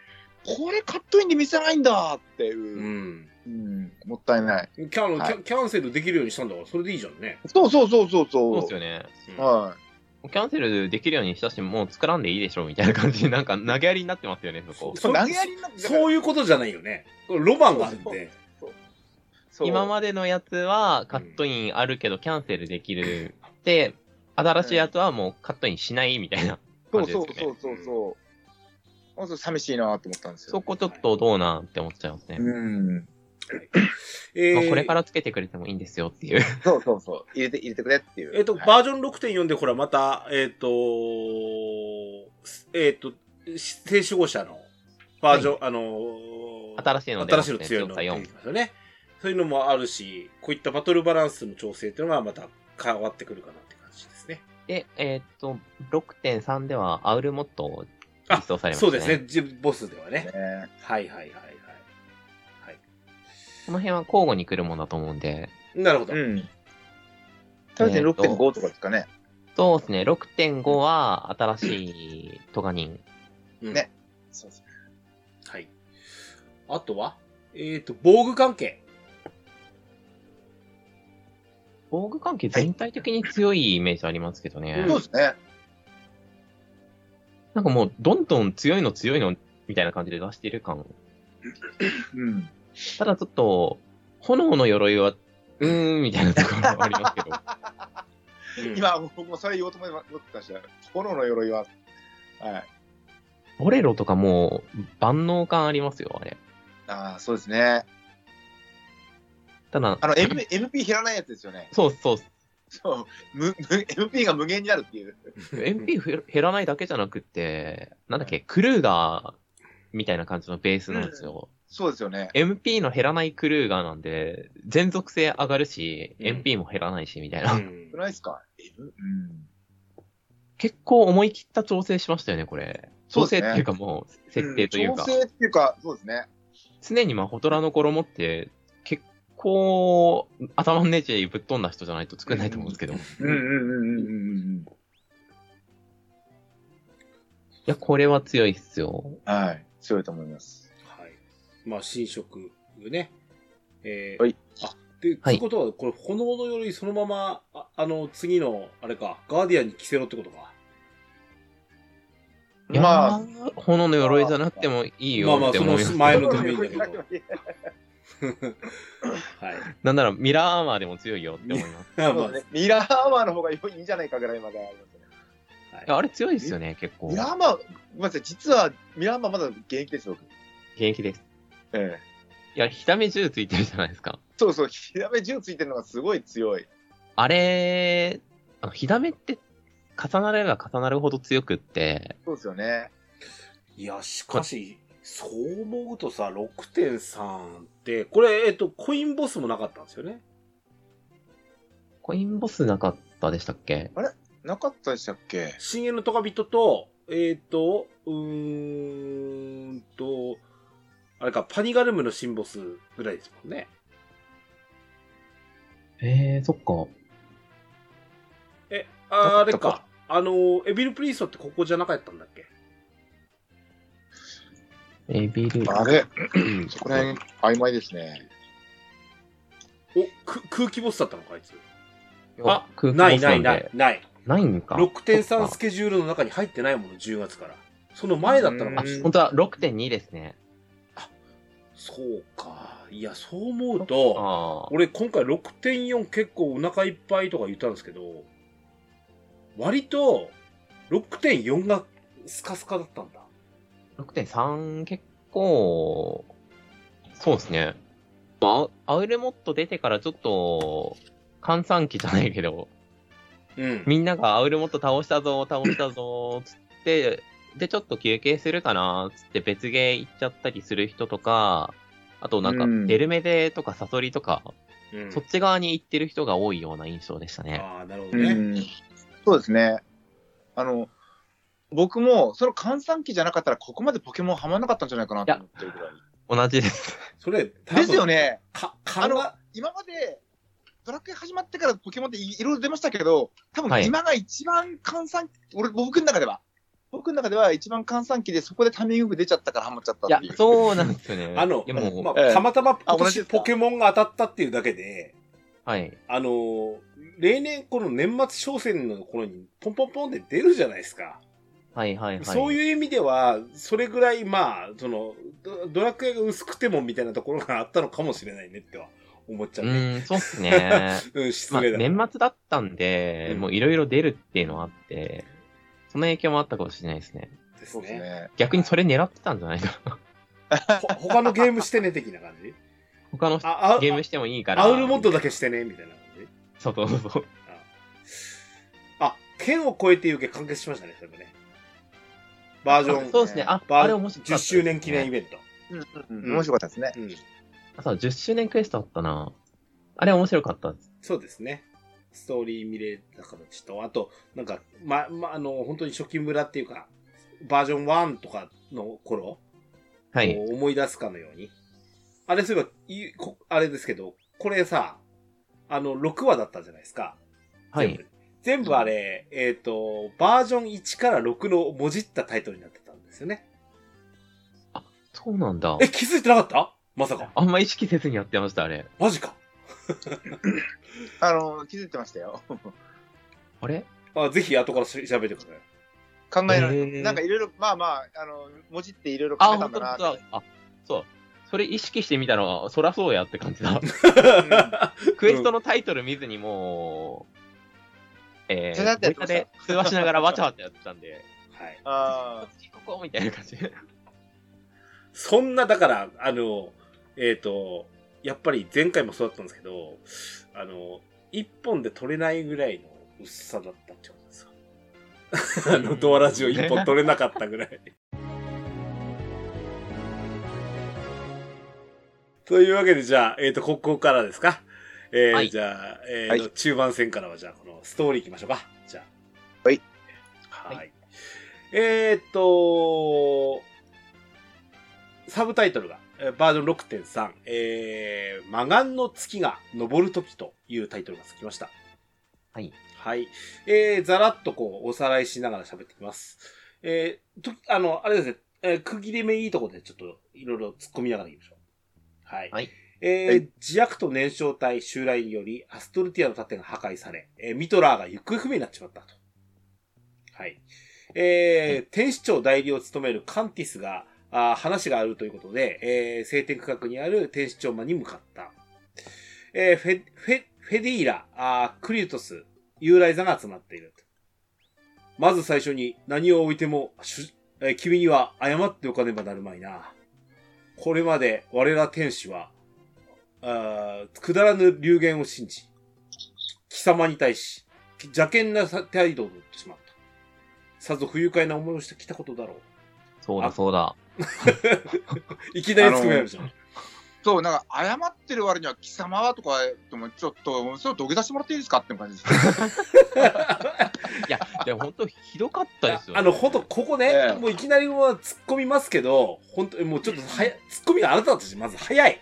これカットインで見せないんだって
う
いう、
ん。
うん、もったいない。
キャン、
はい
キャンキャンセルできるようにしたんだから、それでいいじゃんね。
そうそうそうそうそ
そう
う。
ですよね。
うん
は
キャンセルできるようにしたし、もう作らんでいいでしょ、みたいな感じになんか投げやりになってますよね、そこ
い。。
そ
投げやりになって
そういうことじゃないよね。ロマンがあるんで。
今
で
までのやつはカットインあるけどキャンセルできる。で、新しいやつはもうカットインしないみたいな
そ
感
う
じで
そう
す
そ
よね。
うそうそう。あそう寂しいなと思ったんですよ。
そこちょっとどうなんって思っちゃいますね。
うん。
え
まあこれからつけてくれてもいいんですよっていう。
そうそうそう。入れて、入れてくれっていう。
えっ、と、
はい
バージョン6.4で、ほら、また、えっ、と、えっ、と、低守護者のバージョン、あのー
新しいので、
新しいの強い
強さ
のが
4
出てきますよね。そういうのもあるし、こういったバトルバランスの調整っていうのがまた変わってくるかなって感じですね。
で、えーっと、6.3ではアウルモッドを
あ
実装されました
そ
ね。
うですね。ジボスではね。
ね
はいはいはいはい。
この辺は交互に来るもんだと思うんで。
なるほど。
うん。食べて
えーと
6.5とかですかね。
そうですね。6.5は新しいトガニン。
うん
ねそうそう
はい。あとは、えっ、と、防具関係。
防具関係全体的に強いイメージありますけどね。
うん
そうですね。
なんかもう、どんどん強いの強いのみたいな感じで出してる
[laughs]
感。
うん。
[laughs]
ただちょっと、炎の鎧は、うーん、みたいなところはありますけど。
今、僕もそれ言おうと思ってました。心の鎧は。はい。
ボレロとかもう万能感ありますよ、あれ。
ああ、そうですね。
ただ、
あの、M、MP 減らないやつですよね。
そうっすそうっす。
そう。むむ MP が無限になるっていう。
MP ふ減らないだけじゃなくって、なんだっけ、クルーガーみたいな感じのベースなんですよ。
そうですよね。
MP の減らないクルーガーなんで、全属性上がるし、
うん
MP も減らないし、みたいうな。
ん
少ないですか ?M? うん。
結構思い切った調整しましたよね、これ。
そう
調
です
整っ
ね
ていうかもう、設定というか
ん。調整っていうか、そうですね。
常にまあ、ホトラの衣って、結構、頭のネジぶっ飛んだ人じゃないと作れないと思うんですけど。い
うんうんうんうんうんうん。
や、これは強いっすよ。
はい。強いと思います。
はい。まあ、新色ね。えー、
はい。
あ、で、
はい
ってことは、これ、炎の鎧そのまま、ああの、次の、あれか、ガーディアンに着せろってことか。 [laughs]
いやま
まあ
あ、炎の鎧じゃなくてもいいよって思います。
まあまあその前の
そ
時
う
に
いうことだけは言え
はい。
[laughs] [laughs] なんならミラーアーマーでも強いよって思います。
ま
な
あ
いそうですねミラーアーマーの方が良いいいんじゃないかぐらいまでありますね。
はい
いやあれ強いですよね、結構。
ミラー
現
アーマー、ごめんなさい。実はミラーアーマーまだ現役です、僕。
役です。
ええ。
いや、ひため銃ついてるじゃないですか。
そうそう。ヒラメ銃ついてるのがすごい強い。
あれ、あの、ひだめって、重なれば重なるほど強くって、
そうですよね。
いや、しかし、そう思うとさ、6.3って、これ、えっと、コインボスもなかったんですよね。
コインボスなかったでしたっけ
なかったでしたっけ
深淵のトカビトと、えっ、と、うーんと、あれか、パニガルムのシンボスぐらいですもんね。
えー、そっか。
え、ああれ
だった
か
か。
あの、エビル・プリーストってここじゃなかったんだっけ
エビル。
あれ
うん
そこら辺曖昧ですね。
お、く空気ボスだったのか、あいつ。あ
あ、空気ボ
ない
ス
なんい
で
ない。ない。
ないんか。そ
6.3
っ
ス
か
ケジュールの中に入ってないもの、10月から。その前だったのか
う
もしれ
ん
ない。
本当は6.2ですね。
そうか。いや、そう思うと、
ああ。
俺今回6.4結構お腹いっぱいとか言ったんですけど、割と6.4がスカスカだったんだ。
6.3結構、そうですね。まあ、アウレモット出てからちょっと、換算期じゃないけど、
うん。
みんながアウルモット倒したぞ、倒したぞ、つって、で、ちょっと休憩するかな、つって別ゲー行っちゃったりする人とか、あとなんか
うん、
デルメデとかサソリとか、
うん
そっち側に行ってる人が多いような印象でしたね。
ああ、なるほど
う
ね。
んそうですね。あの、僕も、その換算期じゃなかったら、ここまでポケモンはまんなかったんじゃないかなと思ってるぐらい。
同じです。
それ、多分
ですよ。ね。
か、
あ
勘
の
が、、。
今まで、ドラクエ始まってからポケモンっていいろいろ出ましたけど、多
は
分
い
今が一番換算、俺、僕の中では。僕の中では一番換算期で、そこでタイミングよく出ちゃったからハマっちゃった
いや
っていう。、
そうなんですよね
あの
でも、、
まあ
ええ
たまたま今
あ同じ
年
ですか
ポケモンが当たったっていうだけで、
はい。
あのー、例年この年末商戦の頃にポンポンポンって出るじゃないですか。
はいはいはい。
そういう意味では、それぐらい、まあ、その、ドドラクエが薄くてもみたいなところがあったのかもしれないねっては思っちゃ
う
うね。
ん、そうっ
[laughs]
すね。
うん、失
まあ、
礼だ。
年末だったんで、
うん
もういろいろ出るっていうのはあって、その影響もあったかもしれないですね。
です
そうです
ね。
ね。
逆にそれ狙ってたんじゃない [laughs] かな。
ほ他のゲームしてね、的な感じ。
他の
あ、あ
ゲームしてもいいから。
アウルモッドだけしてね、みたいな感じ。
そうそうそう。
あ、あ剣を超えてゆけ完結しましたね、それもね。バージョン、
そうですね。あ、あ
バー
れ
ジ
面白かった、
10周年記念イ
ベン
ベント。
うんうん面白かったですね。
うん。
ト。そう、10周年クエストあったな。あれ面白かったです。
そうですね。ストーリー見れた形と、あと、なんか、ま、ま、あの、本当に初期村っていうか、バージョン1とかの頃を
はい。
思い出すかのように。あれ、そういえばいこ、あれですけど、これさ、あの、6話だったじゃないですか。
は
全
い
部。。全部あれ、えっ、と、バージョン1から6のもじったタイトルになってたんですよね。
そうなんだ
え、。気づいてなかったまさか。
あんま意識せずにやってました、あれ。
マジか。
あの、気づいてましたよ。 [laughs]
あれ
あぜひ後からし調べてください。
考えら
へ
れ
ー
なんかいろいろ、まあまあ、あの、文字っていろいろ考
あ、
えた
本
んだ
当
な
だ
っ。て。
そうあ、そう。それ意識してみたら、そらそうや [laughs] って感じだ。
うん
クエストのタイトル見ずにもう、え
そ
ー、
れだって
モニターで通話しながらわちゃわちゃやってたんで、
はい。
ああ。
ここみたいな感じで。
そんな、だから、あの、えっ、と、やっぱり前回もそうだったんですけど、あの、一本で取れないぐらいの薄さだったってことですよ。あの、ドアラジオ一本取れなかったぐらい。というわけで、じゃあ、えっ、と、ここからですか。えー
はい
じゃあ、えー
はい
中盤戦からは、じゃあ、このストーリーいきましょうか。じゃあ。
はい。
はい。
は
えーっと、サブタイトルが、えーバージョン6.3、えー、魔眼の月が昇る時というタイトルがつきました。
はい。
はい。えー、ざらっとこう、おさらいしながら喋ってきます。えー、と、あの、あれですね、えー区切れ目いいとこでちょっと、いろいろ突っ込みながらいきましょう。はい。
はい
えー
はい
自悪と燃焼体襲来により、アストルティアの盾が破壊され、えーミトラーが行方不明になっちまったと。はい。えー、天使長代理を務めるカンティスが、あー話があるということで、えー、聖典区画にある天使長間に向かった。えー、フェ、フェ、フェディーラ、あークリュトス、ユーライザが集まっている。まず最初に何を置いても、しゅえー君には謝っておかねばなるまいな。これまで我ら天使は、あーくだらぬ流言を信じ、貴様に対し、邪険な態度を取ってしまった。さぞ不愉快な思いをしてきたことだろう。
そう
あ
だ、そうだ。
いきなりつくめられるじゃん。
そう、なんか、謝ってる割には、貴様はとか、でもちょっと、それを土下座してもらっていいですかって感じです。
いや、でも本当ひどかったですよ、
あの、ほんと、ここね、
ええ
もういきなりもう突っ込みますけど、本当もうちょっとはや、突っ込みがあなたたち、まず早い。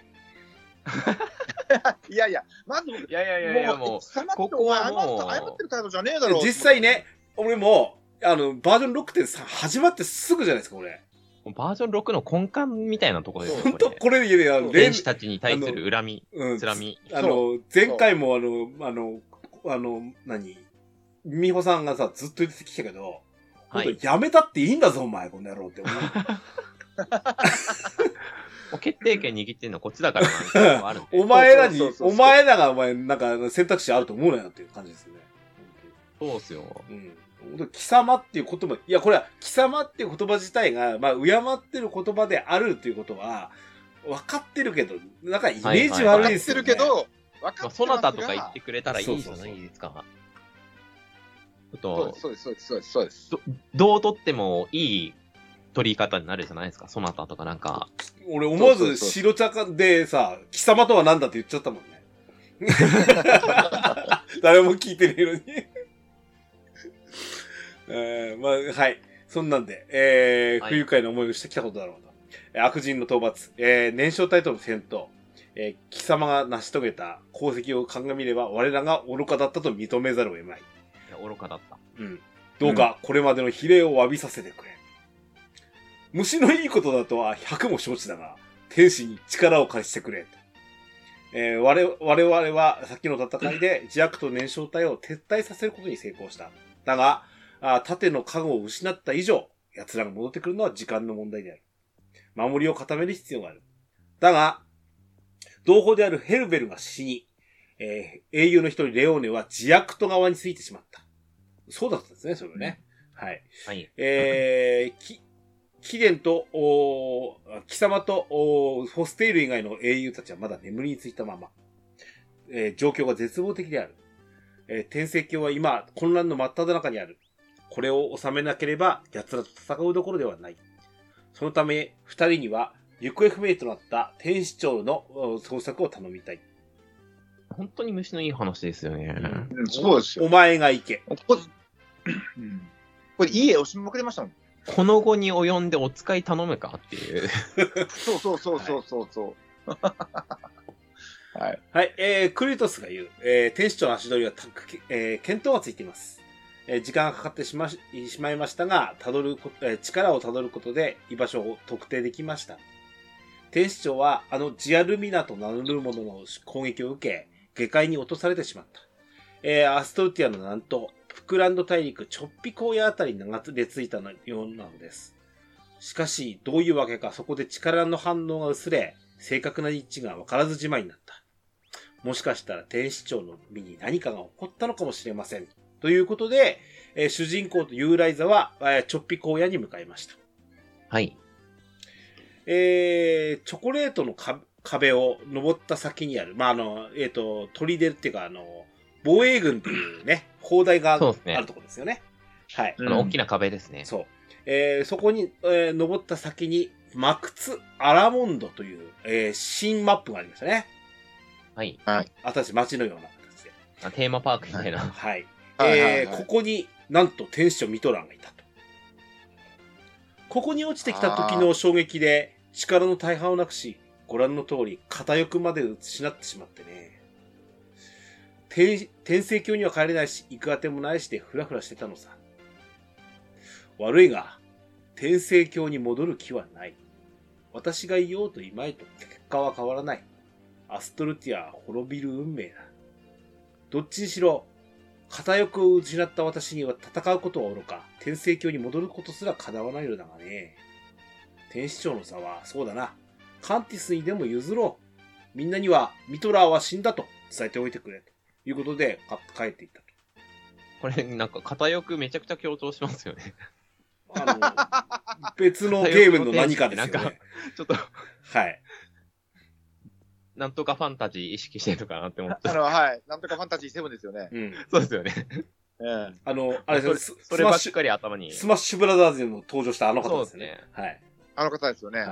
いやいや、まず、も
いやいやいやいや、も
う、貴様って
ここ
お前、
は
謝
もう
った謝ってる態度じゃねえだろ。
実際ね、俺も、あの、バージョン6.3始まってすぐじゃないですか、これ。
う、バージョン6の根幹みたいなところです
ほ
よ、
んと、
こ
これで、あ
そ
の、
う
れ。
連
天使たちに対する恨み、
うん
つらみ。
あの、前回もあの、あの、あの、何美穂さんがさ、ずっと言ってきたけど、
は
本
い。
当やめたっていいんだぞ、お前、この野郎って思う。
[laughs]
もう決定権握ってんのこっちだからな、みたいなのもあるん
[laughs]
で。
お前らに
そうそうそうそ
お
う
前らがお前、なんか選択肢あると思うなよっていう感じですよね。
そうっすよ。
うん。本当貴様っていう言葉、いや、これは貴様っていう言葉自体が、まあ、敬ってる言葉であるということは、分かってるけど、なんかイメージ
あ
悪い
分か
で
っ
す
て
よ、ね
るけど、分
ま
か
あ、
って
そな
ます
たとか言
が
ってくれたらいいじゃないですか。ちょっと、
そうです、そうです、そうです、そうです。
どう取ってもいい取り方になるじゃないですか。そなたとかなんか。
俺思わ
そ
ず
うそうそう
白茶かでさ、貴様とは何だって言っちゃったもんね。 [laughs] 誰も聞いてねえのに、 [laughs] えー。まあ、はい。そんなんで、えー
はい
不愉快な思いをしてきたことだろうと。えー悪人の討伐、えー燃焼隊との戦闘、えー貴様が成し遂げた功績を鑑みれば、我らが愚かだったと認めざるを得まい。
いや愚かだった。
うん。どうか、これまでの比例を詫びさせてくれ。虫のいいことだとは100も承知だが、天使に力を貸してくれ。えー我々我々は先の戦いで自悪と燃焼体を撤退させることに成功した。だが、あ盾の加護を失った以上、奴らが戻ってくるのは時間の問題である。守りを固める必要がある。だが、同胞であるヘルベルが死に、えー英雄の一人レオーネは自悪と側についてしまった。そうだったんですね、それはね。はい。
はい。
えー、き、貴殿と、おー貴様と、おーホステイル以外の英雄たちはまだ眠りについたまま。えー状況が絶望的である。えー天聖教は今、混乱の真っ只中にある。これを収めなければ、奴らと戦うどころではない。そのため、二人には、行方不明となった天使長のお捜索を頼みたい。
本当に虫のいい話ですよね。
うん、そうですよ。
お前が行け。
ここうんこれ、いい絵をしまくりましたもん。
この後に及んでお使い頼むかっていう。
そうそうそうそうそうそう。はい。
はい、えー、クリトスが言う、えー、天使長の足取りはたく、えー、見当がついています。えー、時間がかかってしまししまいましたが、たどるこ、えー力をたどることで居場所を特定できました。天使長は、あのジアルミナと名乗る者の攻撃を受け、下界に落とされてしまった。えー、アストルティアの南東、フクランド大陸ちょっぴ荒野あたりに流れ着いたのようなのです。しかし、どういうわけかそこで力の反応が薄れ、正確な位置がわからずじまいになった。もしかしたら天使長の身に何かが起こったのかもしれません。ということで、えー主人公とユーライザは、えーちょっぴ荒野に向かいました。
はい。
えーチョコレートのか壁を登った先にある、まあ、あの、えっ、と、砦っていうか、あの、防衛軍とい
[coughs]
うね、砲台があ
そ
る
うですね
ところですよね。はい。
あ
う
の、
ん
大きな壁ですね。
そう。えーそこに、えー登った先に、マクツ・アラモンドという、えー新マップがありましたね。
はい。
新しい街のような形で。
あテーマパークみたいな。
はい。
はいはい
え
は
ーこ
い
こになんと天使長ミトランがいたと。ここに落ちてきた時の衝撃で力の大半をなくし、ご覧の通り、片翼まで失ってしまってね。天天聖教には帰れないし、行くあてもないしでフラフラしてたのさ。悪いが、天聖教に戻る気はない。私がいようといまいと結果は変わらない。アストルティアは滅びる運命だ。どっちにしろ、片翼を失った私には戦うことは愚か、天聖教に戻ることすら叶わないのだがね。天使長の座は、そうだな。カンティスにでも譲ろう。みんなには、ミトラーは死んだと伝えておいてくれ。ということで、か帰っていった
これ、なんか、片翼めちゃくちゃ強調しますよね。 [laughs]
と。あの、別のゲームの何かです
な
よ
んか
ね。
ちょっと、
はい。
なんとかファンタジー意識してるのかなって思っ
あ
た。
の、はい。なんとかファンタジー7ですよね。
うん。
そうですよね。
ええ
あの、あれ
それ
ですよス
そ
ス
れ
マ
ば
ッ
っ
シュ、
かり頭に。
スマッシュブラザーズにも登場したあの方ですよね。
そう
はい。
あの方ですよね。
はい。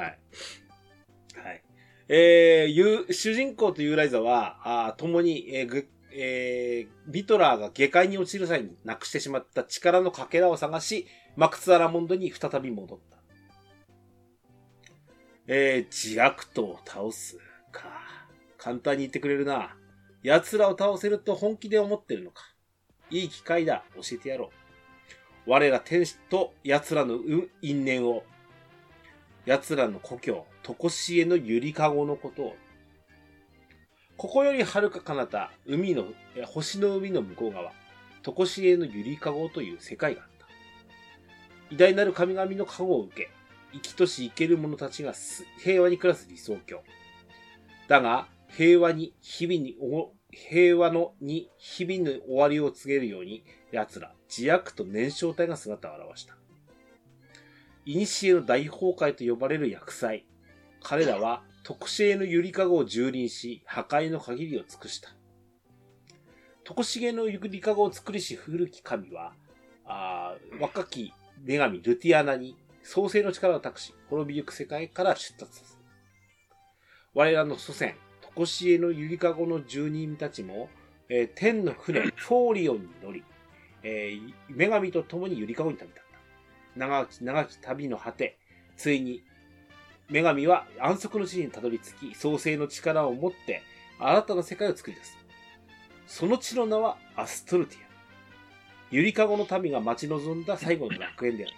はい。えーゆう、主人公とユーライザは、あー共に、えーぐえービトラーが下界に落ちる際になくしてしまった力のかけらを探し、マクツ・アラモンドに再び戻った。えー、自悪党を倒すか。簡単に言ってくれるな。奴らを倒せると本気で思ってるのか。いい機会だ。教えてやろう。我ら天使と奴らの運因縁を、奴らの故郷、とこしえのゆりかごのことを。ここより遥か彼方、海の、え星の海の向こう側、とこしえのゆりかごという世界があった。偉大なる神々の加護を受け、生きとし生ける者たちがす平和に暮らす理想郷。だが、平和に、日々にお、平和のに、日々の終わりを告げるように、奴ら、自悪と燃焼体が姿を現した。古の大崩壊と呼ばれる厄災。彼らは特製のゆりかごを蹂躙し、破壊の限りを尽くした。徳重のゆりかごを作りし古き神は、あー若き女神ルティアナに創世の力を託し、滅びゆく世界から出立させる。我らの祖先、徳重のゆりかごの住人たちも、えー天の船、フォーリオンに乗り、えー女神と共にゆりかごに旅立った。長き長き旅の果て、ついに、女神は安息の地にたどり着き、創世の力を持って、新たな世界を作り出す。その地の名はアストルティア。ゆりかごの民が待ち望んだ最後の楽園である。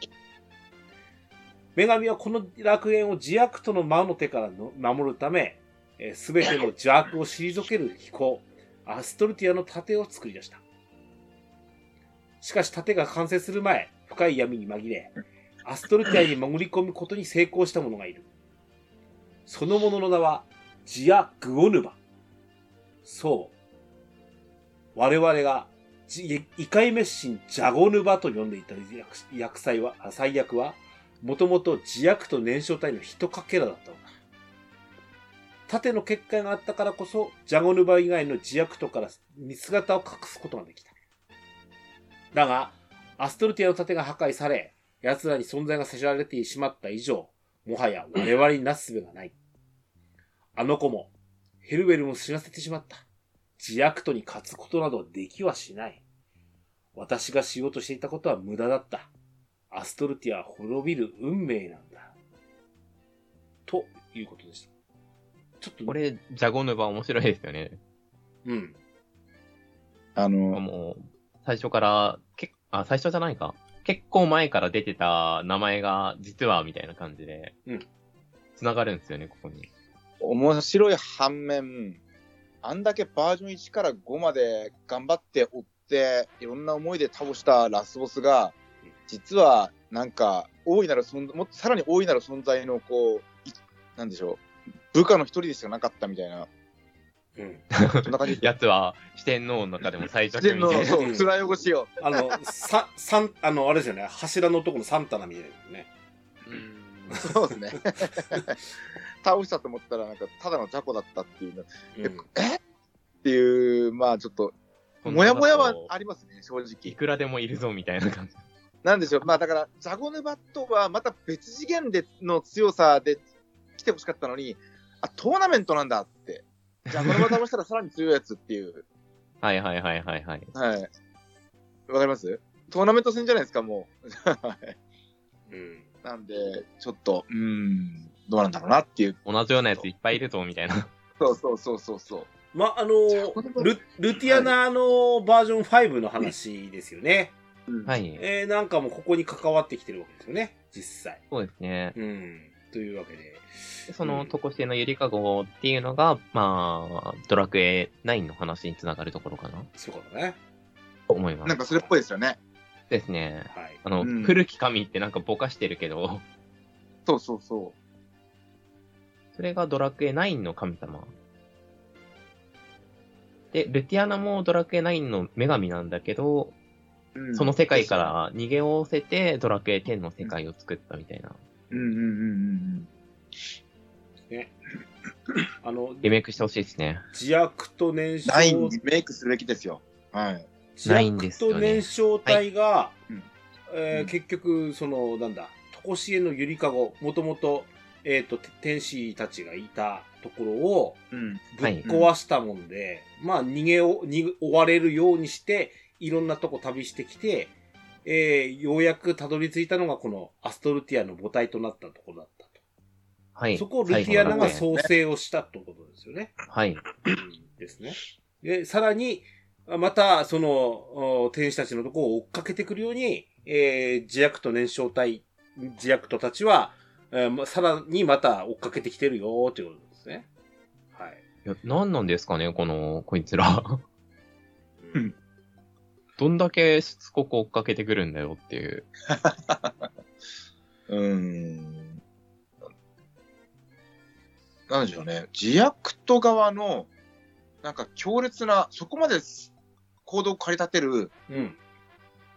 女神はこの楽園を自悪との魔の手からの守るため、すべての邪悪を退ける飛行、アストルティアの盾を作り出した。しかし盾が完成する前、深い闇に紛れ、アストルティアに潜り込むことに成功した者がいる。その者の名は、ジア・グオヌバ。そう。我々が、じ異界滅神ジャゴヌバと呼んでいた薬薬剤は、あ最悪は、もともと自悪と燃焼体の一かけらだったのだ。盾の結界があったからこそ、ジャゴヌバ以外の自悪とから姿を隠すことができた。だが、アストルティアの盾が破壊され、奴らに存在がせしられてしまった以上、もはや我々になすすべがない。あの子も、ヘルベルも死なせてしまった。自悪とに勝つことなどできはしない。私がしようとしていたことは無駄だった。アストルティアは滅びる運命なんだ。ということでした。ちょっと、
これ、ジャゴヌバ面白いですよね。
うん。
あの、
もう、最初から、けあ、最初じゃないか。結構前から出てた名前が、実は、みたいな感じで、
うん
繋がるんですよね、ここに。
面白い反面、あんだけバージョン1から5まで頑張って追って、いろんな思いで倒したラスボスが、実はなんか、大いなる存在、もっとさらに大いな [laughs] る存在の、こう、いなんでしょう、部下の一人でしかなかったみたいな
うん。
そんな感じ。
やつは四天王の中でも最弱
全
み
の、
たいな。
そう、辛いお腰 [laughs] よ。
あの、さ、さん、あの、あれですよね。柱のとこのサンタナ見えるよね。
そうですね。 [laughs] 倒したと思ったら、なんか、ただの雑魚だったっていうの、っ
うん。
ていう、まあ、ちょっと、
うん
もやもやはありますね、正
い
直。
くらでもいるぞみたいな感じ。
なんでしょう。まあ、だから、ザゴヌバとはまた別次元での強さで来てほしかったのに、あ、トーナメントなんだって。ザゴヌバ倒したらさらに強いやつっていう。 [laughs]
はいはいはいはいはい。
はい。わかりますトーナメント戦じゃないですか、も
うん。
う。 [laughs] なんで、ちょっと、うーん、どうなんだろうなっていう。
同じようなやついっぱいいるぞみたいな。
そうそうそうそうそう。
まあ、あ
そういうこと
の、ル、ルティアナのバージョン5の話ですよね。
はい。
えー、なんかもここに関わってきてるわけですよね。実際。
そうですね。
うん。というわけで。
そ
うん
の、とこしえのゆりかごっていうのが、まあ、ドラクエ9の話につながるところかな
そういうことね。
と思いま
なん
す。
かそれっぽいですよね。
ですね。
はい。
あの、
うん
古き神ってなんかぼかしてるけど、 [laughs]
そうそうそ
それがドラクエ9の神様。で、ルティアナもドラクエ9の女神なんだけど、
う。うん
その世界か。ら逃げおおせて、ドラクエ10の世界を作ったみたいな。
うんうんうんうん
あの、
リメイクしてほしいですね。
自悪と燃
うん。ナイン
焼
にメイクすべきですよ。はい。
自
ないんで
悪
すよね
と燃焼体が、
うん
えー
うん
結局、その、なんだ、とこしえのゆりかご、もともと、えっ、と、て天使たちがいたところを
うん。
ぶっ壊したもんで、まあ、逃げを、逃げ追われるようにして、いろんなとこ旅してきて、えーようやくたどり着いたのが、このアストルティアの母体となったところだったと。
はい。
そこをルティアナが
最後の
創生をしたってことですよね。
ドラクエはい。
ですね。で、さらに、また、その、お天使たちのとこを追っかけてくるように、えー、自悪と燃焼体、自悪とたちは、えーまさらにまた追っかけてきてるよということですね。はい。
いや、何なんですかね、この、こいつら。
うん
どんだけしつこく追っかけてくるんだよっていう。
うーん。なんでしょうね。自アクト側の、なんか強烈な、そこまで行動を駆り立てる
うん。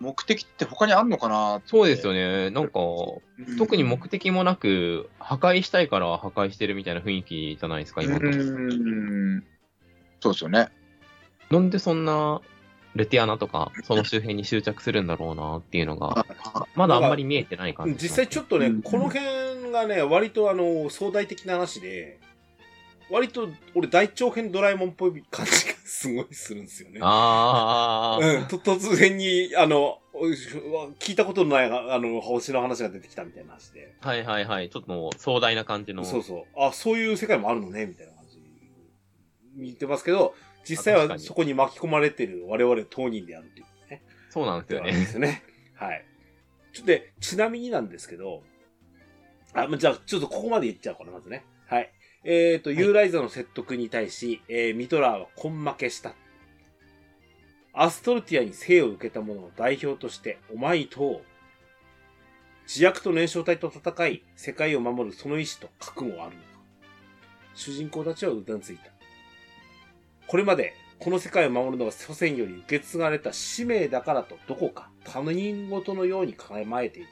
目的って他にあんのかな
そうですよね。なんか、
うん
特に目的もなく、破壊したいから破壊してるみたいな雰囲気じゃないですか、今のところ。
うん。そうですよね。
なんでそんな、ルティアナとか、その周辺に執着するんだろうなっていうのが、まだあんまり見えてない感じ。
実際ちょっとね、
うん
この辺がね、割とあの、壮大的な話で、割と俺大長編ドラえもんっぽい感じがすごいするんですよね。
あー、
うん、と突然に、あの、おいうわ聞いたことのない、ああの、星の話が出てきたみたいな話で。
はいはいはい。ちょっともう壮大な感じの。
そうそう。あ、そういう世界もあるのね、みたいな感じ。見てますけど、実際
あ確か
は
に
そこに巻き込まれてる我々当人であるっていうことね。
そうなんですよ
ではあるん
ね。
ですよね。はい。ちょっとで、ちなみになんですけど、あ、まじゃあ、ちょっとここまで言っちゃおうかな、まずね。はい。えっ、と、ユーライザの説得に対し、えーミトラーは根負けした。アストルティアに生を受けた者の代表として、お前に問おう。自悪と燃焼体と戦い、世界を守るその意志と覚悟はあるのか。主人公たちはうなずいた。これまで、この世界を守るのが祖先より受け継がれた使命だからと、どこか他人事のように構えていた。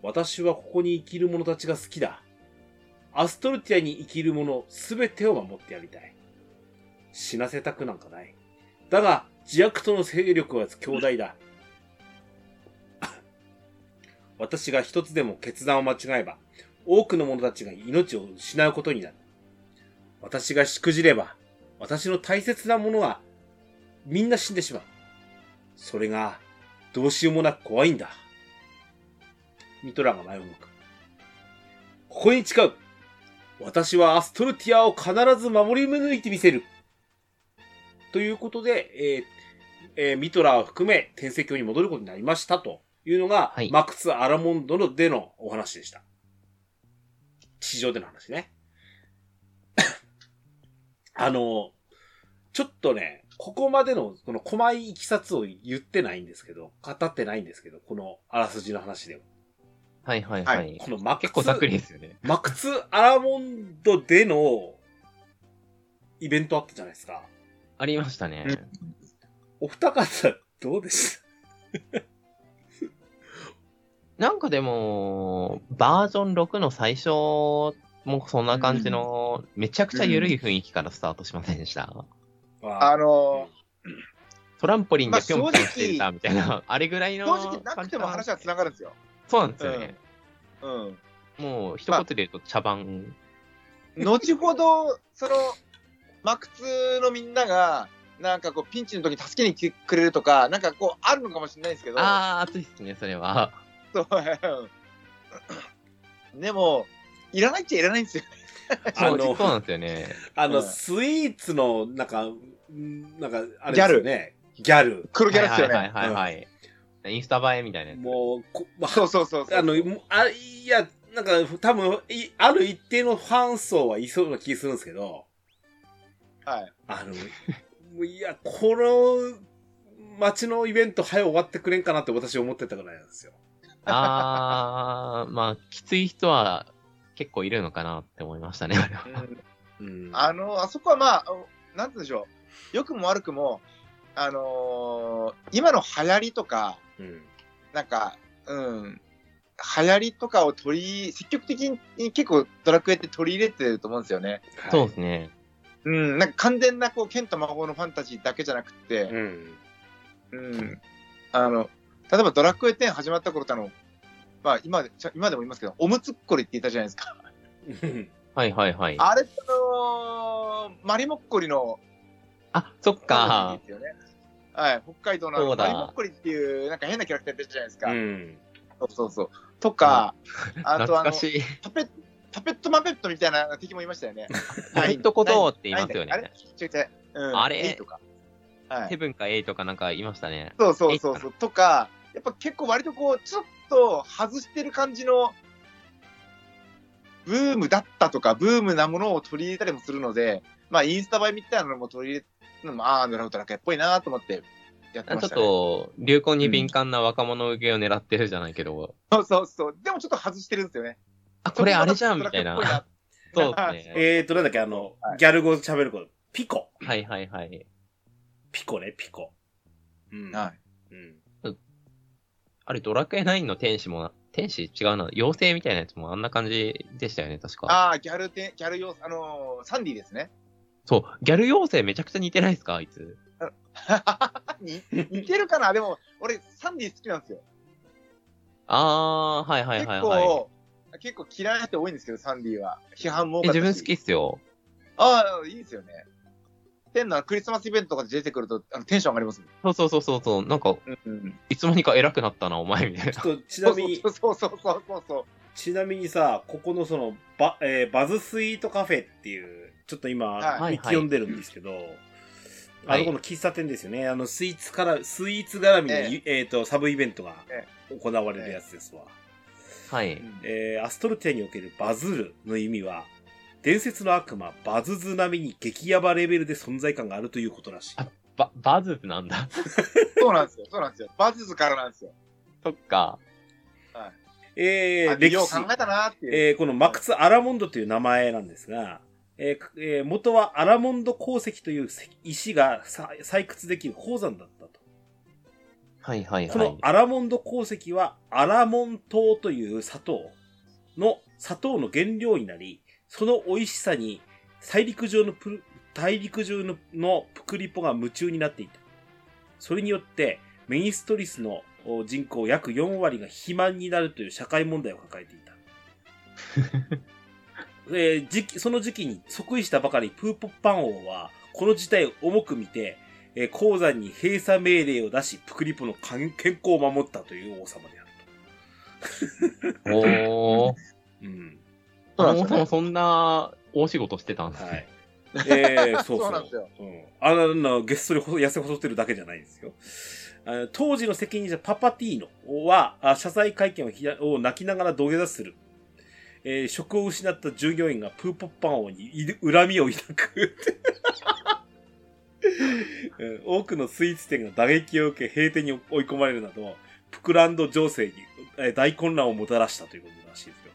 私はここに生きる者たちが好きだ。アストルティアに生きる者すべてを守ってやりたい。死なせたくなんかない。だが、自悪との勢力は強大だ。 [laughs] 私が一つでも決断を間違えば、多くの者たちが命を失うことになる。私がしくじれば、私の大切なものは、みんな死んでしまう。それが、どうしようもなく怖いんだ。ミトラが前を向く。ここに誓う。私はアストルティアを必ず守り抜いてみせる。ということで、えーえーミトラを含め天聖教に戻ることになりましたというのが、
はい
マクス・アラモンドのでのお話でした。地上での話ね。 [coughs] あの、ちょっとね、ここまでの、この細いいきさつを言ってないんですけど、語ってないんですけど、このあらすじの話では。
はいはいは。
はい
このマク
結構ざっくりですよね。
マクツ・アラモンドでのイベントあったじゃないですか。
ありましたね。
お二方、どうでした
なんかでも、バージョン6の最初もそんな感じの、めちゃくちゃ緩い雰囲気からスタートしませんでした。
あ
あの
トランポリン
ま
で
あ
ぴょんぴょんしていたみたいな、あれぐらい
ー
の
正直なくても
感
話
じか
は繋がるんですよ。
そうなんですよね。
うん。
もう一言で言うと茶番。
後ほど、その、マクツのみんなが、なんかこう、ピンチの時に助けに来てくれるとか、なんかこう、あるのかもしれないですけど、
ああー、熱いっすね、それは。
そううんでも、いらないっちゃいらないんですよ。 [laughs]
あ
そ
の
うそうなんですよね。
あの、
うん
スイーツの、なんか、んなんか、あれですよね。ギャル。
黒キャラですよ
はいは
ね。
いはいはい、はいインスタ映えみたいなやつ。
もう、こまあ
そうそうそうそう。
あの、もうあいや、なんか、多分いある一定のファン層はいそうな気するんですけど、
はい。
あの、もういや、この、街のイベント早終わってくれんかなって私思ってたぐらいなんですよ。
ああ、まあ、きつい人は結構いるのかなって思いましたね、あれは
うん
うん。
あの、あそこはまあ、なんて言うんでしょう。良くも悪くも、あのー今の流行りとか、
うん。
なんか、うん、流行りとかを取り、積極的に結構ドラクエって取り入れてると思うんですよね。
はい
そうですね。
うん、なんか完全なこう、剣と魔法のファンタジーだけじゃなくて、
うん。
うん、あの、例えばドラクエ10始まった頃ってあの、まあ今で、ちょ今でも言いますけど、おむつっこりって言ったじゃないですか。
うん
はいはいはい。あ、
あれってあのーマリモッコリの、
そっか。
ですよね。はい、北海道のあ
そ
の
うだ
マリモッコリっていう、なんか変なキャラクター出てたじゃないですか。
うん。
そうそうそう。とか、あと
懐
あの
か、しい。
パペット、パペットマペットみたいな敵もいましたよ
[laughs]
ね。
パペット小僧って言いますよね
あれ違う違ううん
あれ
いいとか。は
セ
い。
ブンかエイとかなんかいましたね。
そうそうそうそう。とか、やっぱ結構割とこう、ちょっと外してる感じの、ブームだったとか、ブームなものを取り入れたりもするので、まあ、インスタ映えみたいなのも取り入れるのも、ああ、なるほど、なんかっぽいなと思ってやって
ちょ
ま
っ
した、ね。
と、流行に敏感な若者受けを狙ってるじゃないけど、
そうそうそう。でもちょっと外してるんですよね。
あ、これあれじゃんみたい
そこが
な。
なんかド
[laughs] そ
ラ
う
クエっぽいな
ですね。
えーと、なんだっけ、あの、
はい
ギャル語で喋る子、ピコ。
はいはいはい。
ピコね、ピコ。うん。
はい。
うん。
あれ、ドラクエ9の天使もな、天使違うな、妖精みたいなやつもあんな感じでしたよね、確か。
ああ、ギャルて、ギャル用、あのーサンディですね。 [laughs]
そう、ギャル妖精めちゃくちゃ似てないですか、あいつ。
に似てるかなでも、俺、サンディ好きなんですよ。
あー、はいはいはい
結
は
構、結構嫌いな人多いんですけど、サンディは。批判も
い。
多
え
かった
自
し。
分好きっすよ。
ああ、いいですよね。天のクリスマスイベントとかで出てくると、あのテンション上がりますもん。
そうそうそうそうそう、なんか、
うん、
いつの間にか偉くなったな、お前みたいな。
ちょっと、ち
そ
な
う
みに
そ、うそうそうそうそうそう。
ちなみにさ、ここのその、バ、えーバズスイートカフェっていう、ちょっと今、
はい
日記読んでるんですけど、
は
あ
い
のこの喫茶店ですよね。あの、スイーツから、スイーツ絡みの、え
え
っ、と、サブイベントが
え
行われるやつですわ。
はい。
えーアストルティアにおけるバズるの意味は、伝説の悪魔、バズズ並みに激ヤバレベルで存在感があるということらしい。
あバ、バズなんだ。
そうなんですよ。そうなんですよ。バズズからなんですよ。
そっか。
え
あ
ー、歴
よう
史。
考えたなーっていう。
えーこのマクツ・アラモンドという名前なんですが、えーえー元はアラモンド鉱石という石石がさ採掘できる鉱山だったと。
はいはい
こ
は
の
い。
アラモンド鉱石はアラモン糖という砂糖の砂糖の原料になり、その美味しさに大陸上のプル大陸上ののプクリポが夢中になっていた。それによってメニストリスのお人口約4割が肥満になるという社会問題を抱えて
[laughs]
いた。えー時期その時期に即位したばかりプーポッパン王は、この事態を重く見て、えー鉱山に閉鎖命令を出し、プクリポの健健康を守ったという王様である
おー。
と。うん。
そうなんで
もそも
すよね。
そんな大仕事してたんです
は
ね
い。。 [laughs] えー、そうそう。
そうなんですよ
うんあの、なげっそり細痩せ細ってるだけじゃないんですよ。あの当時の責任者パパティーノは、あ謝罪会見をひらを泣きながら土下座する。えー職を失った従業員がプーポッパン王にい恨みを抱く。 [laughs] うん多くのスイーツ店が打撃を受け閉店に追い込まれるなど、プクランド情勢にえー大混乱をもたらしたということらしいですよ。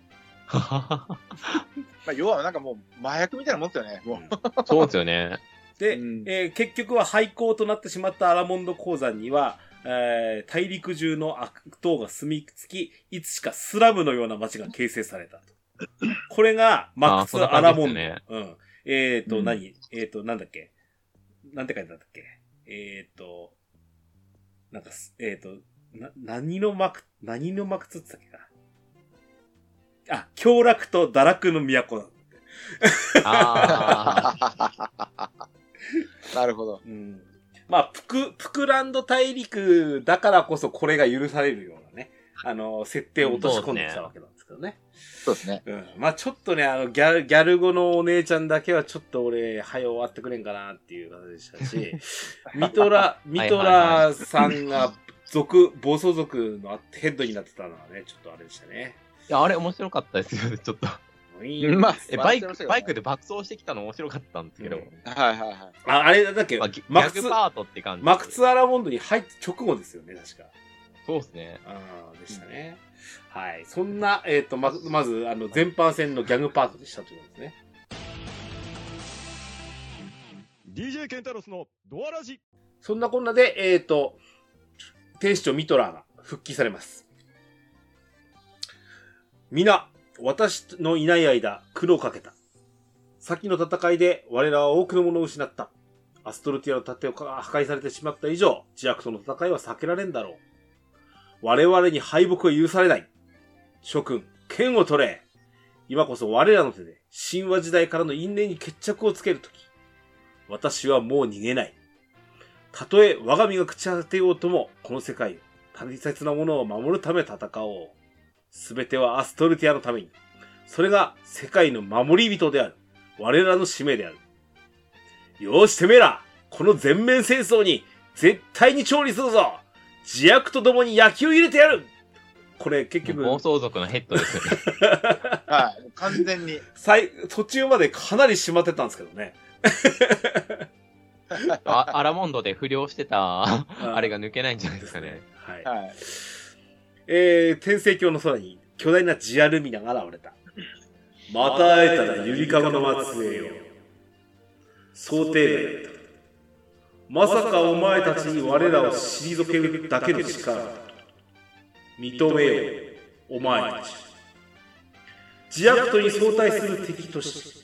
まあ、要はなんかもう麻薬みたいなもんですよね。もう
[laughs] そうですよね。
で、
うん
えー結局は廃校となってしまったアラモンド鉱山には、えー大陸中の悪党が住み着き、いつしかスラムのような街が形成されたと。これが、マック
あーそん
ス・
な
ア
感じで
ラ
す
モ
よ
ンド。
ね
うん。えっ、ー、と、
うん
何えっ、ー、と、なんだっけなんて書いてあったっけえっ、ー、と、なんかす、えっ、ー、と、な、何のマク、何のマクつってたっけかなあ、凶楽と堕落の都だ。
ああ。
なるほど。
うんまあ、プク、プクランド大陸だからこそこれが許されるようなね、あの、設定を落とし込んできたわけなんですけどね。
そうですね。
うん。まあ、ちょっとね、あの、ギャル、ギャル語のお姉ちゃんだけはちょっと俺、早終わってくれんかなっていう感じでしたし、ミトラ、ミトラさんが、族、暴走族のヘッドになってたのはね、ちょっとあれでしたね。
いや、あれ面白かったですよ、ちょっと。
まあ
え、
笑
バ
っ
イ
ちゃい
ク、
ましたけどね
バイクで爆走してきたの面白かったんですけど。
うん
はいはいはい。
ああれ、だっけ
まあ、ギギ
マック
ャ
ス
グ、パートって感じ。
マクツアラモンドに入って直後ですよね、確か。
そうですね。
あーでしたね。はい。そんな、えっ、と、ま、まず、あの、全般戦のギャグパートでしたということですね。
DJ ケンタロスのドアラジ
そんなこんなで、えっ、と、天使長ミトラーが復帰されます。皆、私のいない間、苦労かけた。先の戦いで我らは多くのものを失った。アストルティアの盾を破壊されてしまった以上、ジアクとの戦いは避けられんだろう。我々に敗北は許されない。諸君、剣を取れ。今こそ我らの手で、神話時代からの因縁に決着をつけるとき。私はもう逃げない。たとえ我が身が朽ち果てようとも、この世界を、大切なものを守るため戦おう。すべてはアストルティアのために。それが世界の守り人である。我らの使命である。よーしてめえら、この全面戦争に絶対に勝利するぞ自悪と共に野球入れてやるこれ結局、
暴走族のヘッドですよね。
はい。完全に。
最、途中までかなり締まってたんですけどね。
あアラモンドで不良してた、
あ
あれが抜けないんじゃないですかね。。
はい。
はい。
えー、天聖教の空に巨大なジアルミナが現れた。また会えたらゆりかごの末裔よ。想定内だった。まさかお前たちに我らを退けるだけの力だ。認めよう、お前たち。ジアクトに相対する敵として。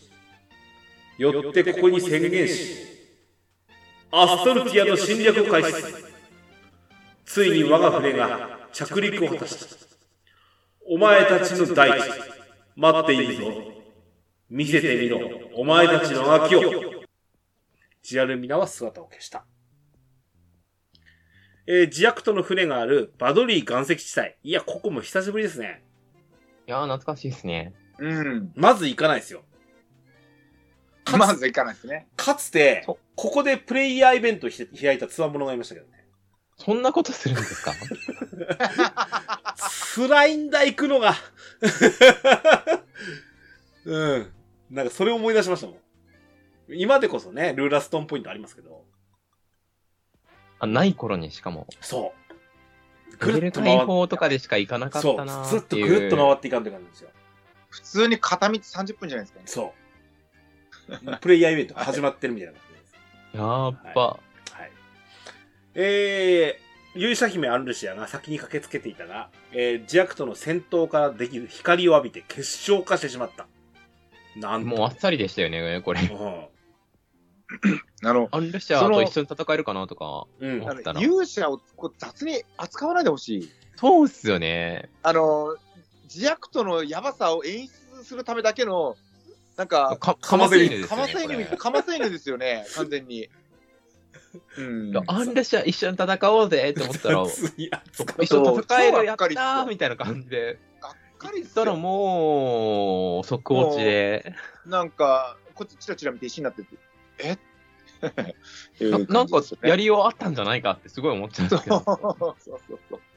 よってここに宣言し、アストルティアの侵略を開始する。ついに我が船が着陸を果たした。お前たちの大地、待っているぞ。見せてみろ、お前たちの秋を。ジアルミナは姿を消した。えー、ジアクトの船があるバドリー岩石地帯。いや、ここも久しぶりですね。
いやー、懐かしいですね。
うん。
まず行かないですよ。かつ
まずいかないですね。
かつて、
そ
ここでプレイヤーイベントをひ開いたつわものがいましたけどね。
そんなことするんですか
辛いんだ、行くのが。 [laughs] うん。なんかそれを思い出しましたもん。今でこそね、ルーラストーンポイントありますけど。
あない頃にしかも。
そう。
ぐるっと
っ
大砲とかでしか行かなかっ
そ
た
う
な。
ずっとぐるっと回
っ
っていかんといかんですよ。
普通に片道30分じゃないですか、ね。
そう。プレイヤーイベントが始まってるみたいな感じです。
ていう。やっぱ。
はい。えー、勇者姫アンルシアが先に駆けつけていたが、えー、ジアクトの戦闘からできる光を浴びて結晶化してしまった。なんと。
もうあっさりでしたよね、これ。
あの、
アンルシアと一緒に戦えるかなとか。
うん。うん
思
あ
ったら
の勇者をこう雑に扱わないでほしい。
そうっすよね。
あの、自悪とのやばさを演出するためだけの、なんか、
か、
か
か
ま
ま
せ
せ
犬
犬
で
です
か
す
ま
ね。
せ
こ
犬、
れ
かませ犬ですよね、完全に。うん。
アンルシア一緒に戦おうぜって思ったら、
雑に扱う
一緒に戦え
そう
るやった
そうばっか
ー
り
みたいな感じで。
がっかり
行
っ
っ
す
たら
よ。
もう、即落ちで。
なんか、こっちチラチラ見て石になってて、え [laughs] っていう
な
感じ
なんか
ですよ、ね
やりようあったんじゃないかってすごい思っちゃうんで
そう
すけど。
そうそうそう。 [laughs]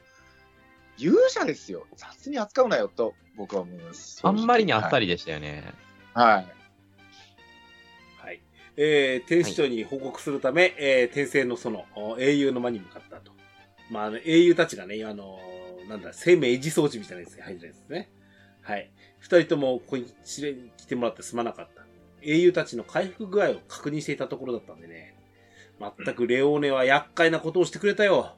勇者ですよ。雑に扱うなよと、僕は思います。
あんまりにあっさ
り。
りでしたよね。
はい。
はい。えー、天使長に報告するため、えー、天聖のその、お英雄の間に向かったと。まあ、あの、英雄たちがね、あのーなんだ、生命維持装置みたいなやつに入ってるんですね。はい。二人ともここに来てもらってすまなかった。英雄たちの回復具合を確認していたところだったんでね。全くレオーネは厄介なことをしてくれたよ。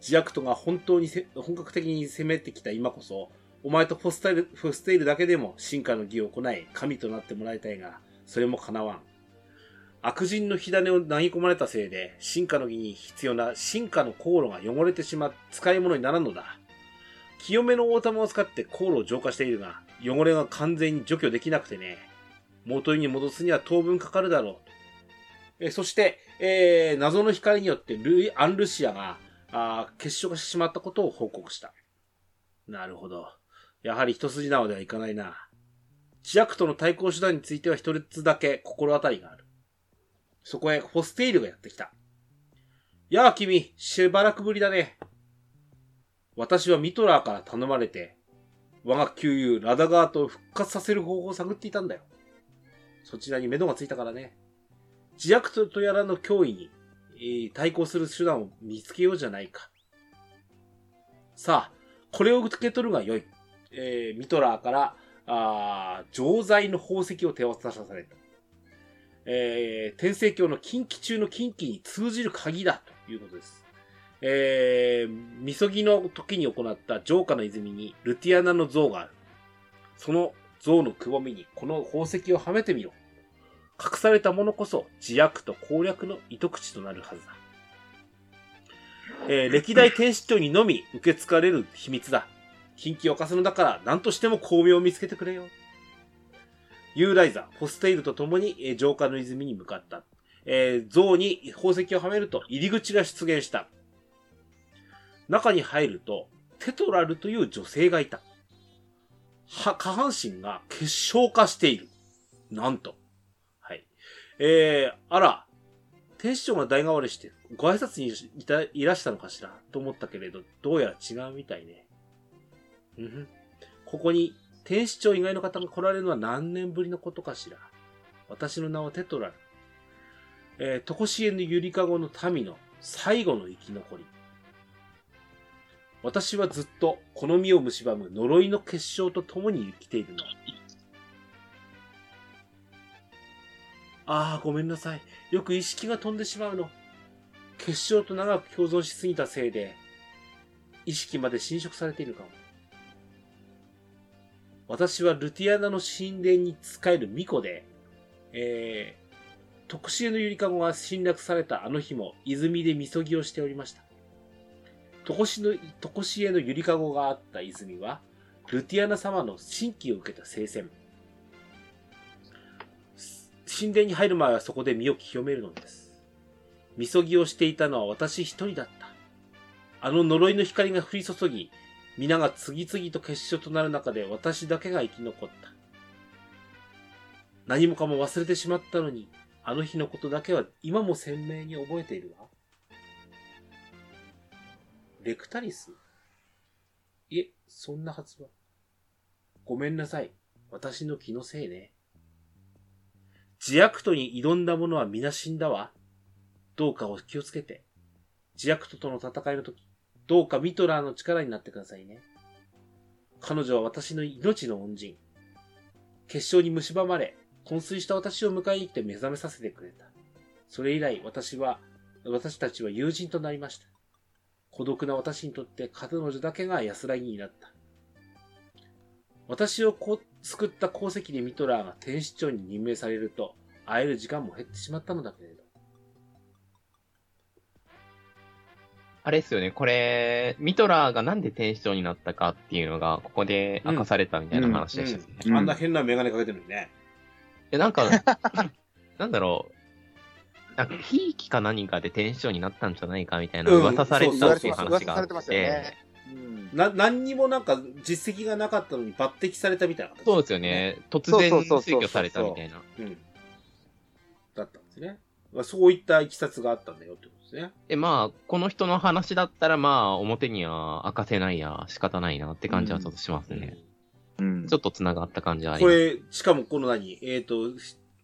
ジアクトが本当にせ本格的に攻めてきた今こそ、お前とフォスタイルフォステイルだけでも進化の儀を行い、神となってもらいたいが、それも叶わん。悪人の火種を投げ込まれたせいで、進化の儀に必要な進化の航路が汚れてしまって使い物にならんのだ。清めの大玉を使って航路を浄化しているが、汚れが完全に除去できなくてね。元に戻すには当分かかるだろう。えそして、えー謎の光によってルイ・アンルシアが、あー結晶化してしまったことを報告した。なるほど。やはり一筋縄ではいかないな。ジアクとの対抗手段については一つだけ心当たりがある。そこへホステイルがやってきた。やあ君、しばらくぶりだね。私はミトラーから頼まれて、我が旧友ラダガートを復活させる方法を探っていたんだよ。そちらに目処がついたからね。自悪とやらの脅威に、えー対抗する手段を見つけようじゃないか。さあ、これを受け取るが良い。えーミトラーから、あー錠剤の宝石を手渡された。えー天聖教の近畿中の近畿に通じる鍵だということです。えー、みそぎの時に行った浄化の泉にルティアナの像がある。その像のくぼみにこの宝石をはめてみろ。隠されたものこそ自悪と攻略の糸口となるはずだ。えー歴代天使長にのみ受け継がれる秘密だ。近畿を貸すのだから何としても巧妙を見つけてくれよ。ユーライザ、ホステイルと共に、えー浄化の泉に向かった。えー像に宝石をはめると入り口が出現した。中に入ると、テトラルという女性がいた。は、下半身が結晶化している。なんと。はい。えー、あら、天使長が代替わりして、ご挨拶にいたいらしたのかしらと思ったけれど、どうやら違うみたいね。うんふん。ここに、天使長以外の方が来られるのは何年ぶりのことかしら。私の名はテトラル。えー、とこしえのゆりかごの民の最後の生き残り。私はずっとこの身を蝕む呪いの結晶と共に生きているの。ああ、ごめんなさい。よく意識が飛んでしまうの。結晶と長く共存しすぎたせいで、意識まで侵食されているかも。私はルティアナの神殿に仕える巫女で、えー、特殊のゆりかごが侵略されたあの日も泉でみそぎをしておりました。とこしの、とこしえのゆりかごがあった泉は、ルティアナ様の神器を受けた聖戦。す神殿に入る前はそこで身を清めるのです。みそぎをしていたのは私一人だった。あの呪いの光が降り注ぎ、皆が次々と結晶となる中で私だけが生き残った。何もかも忘れてしまったのに、あの日のことだけは今も鮮明に覚えているわ。レクタリスいえ、そんなはずは。ごめんなさい。私の気のせいね。自悪とに挑んだ者は皆死んだわ。どうかお気をつけて。自悪ととの戦いの時、どうかミトラーの力になってくださいね。彼女は私の命の恩人。結晶に蝕まれ、昏睡した私を迎えに来て目覚めさせてくれた。それ以来私は、私たちは友人となりました。孤独な私にとって彼女だけが安らぎになった。私をこ救った功績でミトラーが天使長に任命されると、会える時間も減ってしまったのだけれど。
あれですよね、これ、ミトラーがなんで天使長になったかっていうのが、ここで明かされたみたいな話でしたね。
うん
あんな変なメガネかけてるのにね。
で、なんか、 [laughs] なんだろう。なんか、ひいきか何かで天使長になったんじゃないかみたいな
うん
噂されてたっていう
そう
話があっ
噂されてましたよ
て
ね。うん
な、何にもなんか実績がなかったのに抜擢されたみたいな形
そうですよ。ね。突然
そうそうそう
推
そう
挙されたみたいな。
うん。だったんですね。まあそういったいきさつがあったんだよってことですね。
で、まあ、この人の話だったら、まあ、表には明かせないや、仕方ないなって感じはちょっとしますね。
うん
ちょっと繋がった感じはあり
こ
ます。
れ、しかもこの何えっ、と、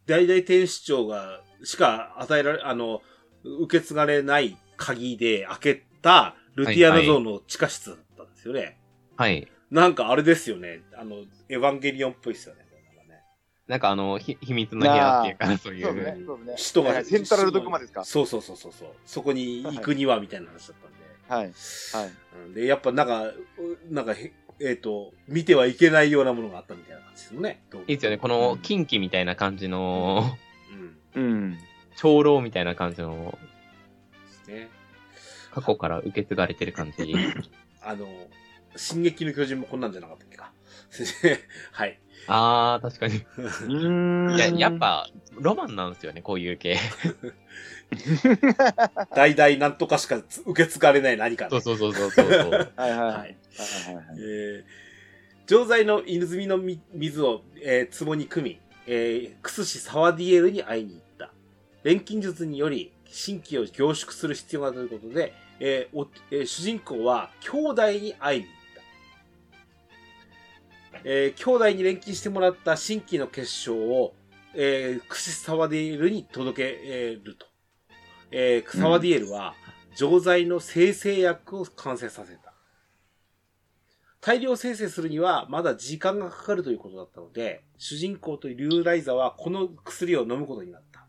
大々天使長が、しか与えられ、あの、受け継がれない鍵で開けたルティアナ像の地下室だったんですよね。
はい。
なんかあれですよね。あの、エヴァンゲリオンっぽいっすよね。なんかね
なんかあの、ひ秘密の部屋っていうか、そうい
そうで
う。
すね、そうですね。
使徒
は
が。
いセントラルドグマですか
そうそうそうそうそう。そこに行くには、みたいな話だったんで。
はい。はい。
うんで、やっぱなんか、うなんかへ、えっ、と、見てはいけないようなものがあったみたいな感じですよね。どう
いいですよね、この、近畿みたいな感じの、
うん。
うん。
長老みたいな感じの、
ですね。
過去から受け継がれてる感
[laughs]
じ。
あの、進撃の巨人もこんなんじゃなかったっけか。 [laughs] はい。
あー、確かに。
うん
いや、やっ、ぱ、ロマンなんですよね、こういう系。
代々なんとかしかつ受け継がれない何かね、
そうそうそうそうそう。
はいはい。はい
はい。
はいはい
えー、錠剤の犬積みのみ水を、えー壺に汲み、えー、クスシサワディエルに会いに行った。錬金術により、神気を凝縮する必要があるということで、えーおえー主人公は兄弟に会いに行った。えー兄弟に錬金してもらった神気の結晶を、えー、クシサワディエルに届けえーると。えー、クサワディエルは、錠剤の生成薬を完成させた。大量生成するにはまだ時間がかかるということだったので、主人公とリュウライザはこの薬を飲むことになった。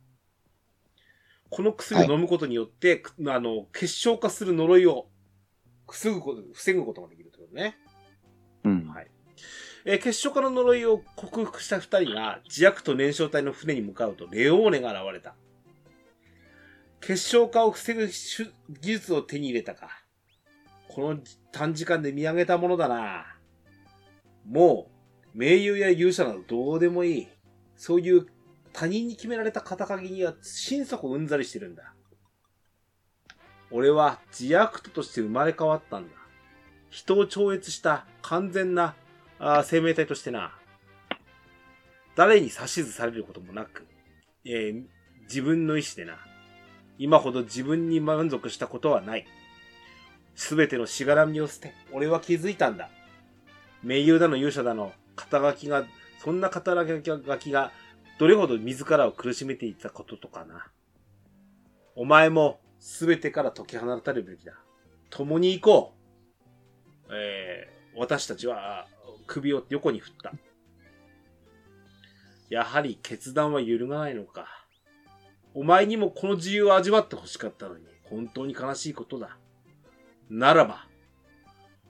この薬を飲むことによって、くあの、結晶化する呪いを防ぐこと、防ぐことができるということね。
うん
はい。えー結晶化の呪いを克服した二人が、自悪と燃焼体の船に向かうと、レオーネが現れた。結晶化を防ぐ手技術を手に入れたか。この短時間で見上げたものだな。もう、名優や勇者などどうでもいい。そういう他人に決められた肩書きには心底うんざりしてるんだ。俺は自悪ととして生まれ変わったんだ。人を超越した完全なあー生命体としてな、誰に指図されることもなく、えー自分の意志でな、今ほど自分に満足したことはない。すべてのしがらみを捨て、俺は気づいたんだ。名優だの勇者だの、肩書きが、そんな肩書きが、どれほど自らを苦しめていたこととかな。お前も、すべてから解き放たれるべきだ。共に行こう。えー私たちは首を横に振った。やはり決断は揺るがないのか。お前にもこの自由を味わってほしかったのに、本当に悲しいことだ。ならば、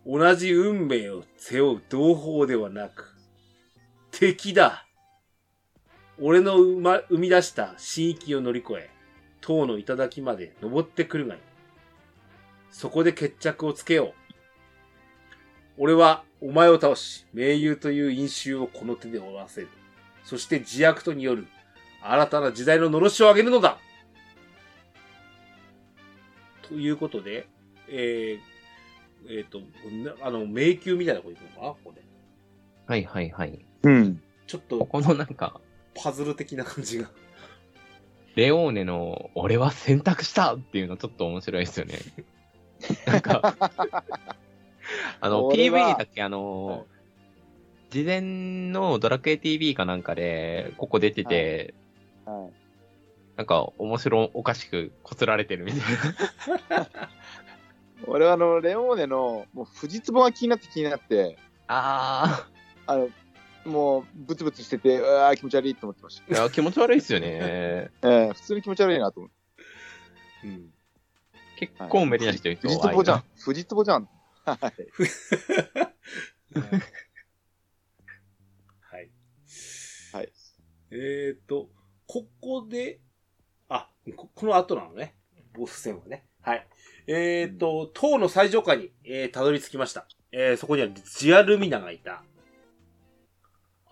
同じ運命を背負う同胞ではなく、敵だ。俺の生,、ま、生み出した神域を乗り越え、塔の頂まで登ってくるがいい。そこで決着をつけよう。俺はお前を倒し、盟友という因襲をこの手で終わらせる。そして自悪とによる新たな時代の呪しを上げるのだということで、えー、えっ、と、なあの、迷宮みたいなこと言うのかなここで。
[laughs] はいはいはい。
うん。
ちょっ
ことこのなんか、
パズル的な感じが。
レオーネの「俺は選択した!」っていうのちょっと面白いですよね。なん [laughs] か、あの、
俺
PV
は
だっけ、あの、事前のドラクエ TV かなんかで、ここ出てて、
はい。
なんか面白おかしくこつられてるみたいな。
俺はあの、レオーネの、もう、富士壺が気になって気になって、
あ
あの、もう、ブツブツしてて、うわー気持ち悪いと思ってまし
ー、いや気持ち悪いですよね。 [laughs]
た。ええ、普通に気持ち悪いなと思って。
うん。
結構無理な人いる
富士壺じゃん。富士壺じゃん。はい。
はい。
はい。
えっ、と、ここで、あ、ここの後なのね。ボス戦はね。はい。えっ、と、塔の最上階に、えーたどり着きました。えーそこにはジアルミナがいた。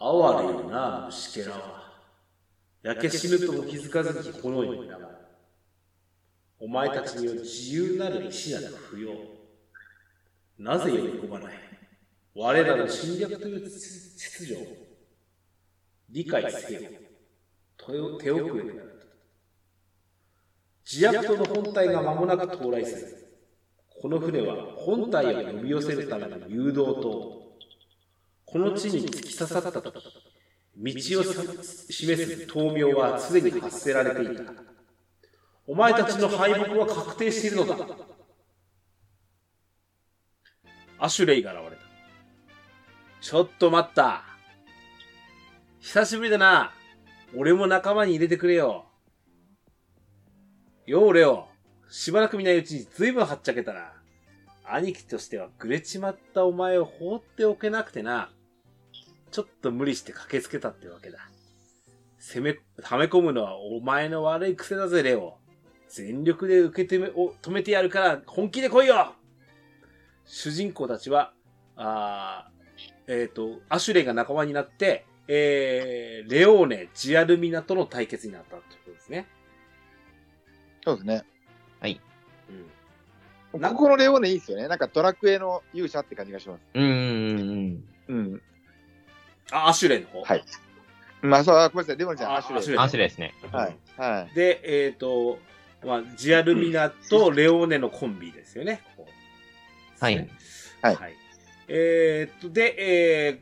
哀れよな、虫けらは。焼け死ぬとも気づかずに炎になる。お前たちには自由なる意志など不要。なぜ喜ばない我らの侵略という秩序を理解せよ。手を手遅れになる。自悪党の本体が間もなく到来する。この船は本体を呼び寄せるための誘導灯。この地に突き刺さったと道をさ示す灯明はすでに発せられていた。お前たちの敗北は確定しているのだ。アシュレイが現れた。ちょっと待った。久しぶりだな。俺も仲間に入れてくれよ。よう、レオ。しばらく見ないうちに随分はっちゃけたな。兄貴としてはぐれちまったお前を放っておけなくてな。ちょっと無理して駆けつけたってわけだ。攻め、溜め込むのはお前の悪い癖だぜ、レオ。全力で受け止め、を止めてやるから本気で来いよ主人公たちは、あー、えっ、と、アシュレイが仲間になって、えー、レオーネ、ジアルミナとの対決になったということですね。
そうですね。
うん。
こ
なん
このレオーネいいですよね。なんかドラクエの勇者って感じがします。
うんうんうん
うん。
あ、アシュレイの方。
はいまあ、そう、あごめんなさい。レオーネじゃん、
あ
アシュレ
ア
イ
シ
う
ュレ
ん。
イ
アシュレイですね。
はい。はい。
で、えっ、と、まあ、ジアルミナとレオーネのコンビですよね。ここ
はい
ですね
はい
えっと、で、え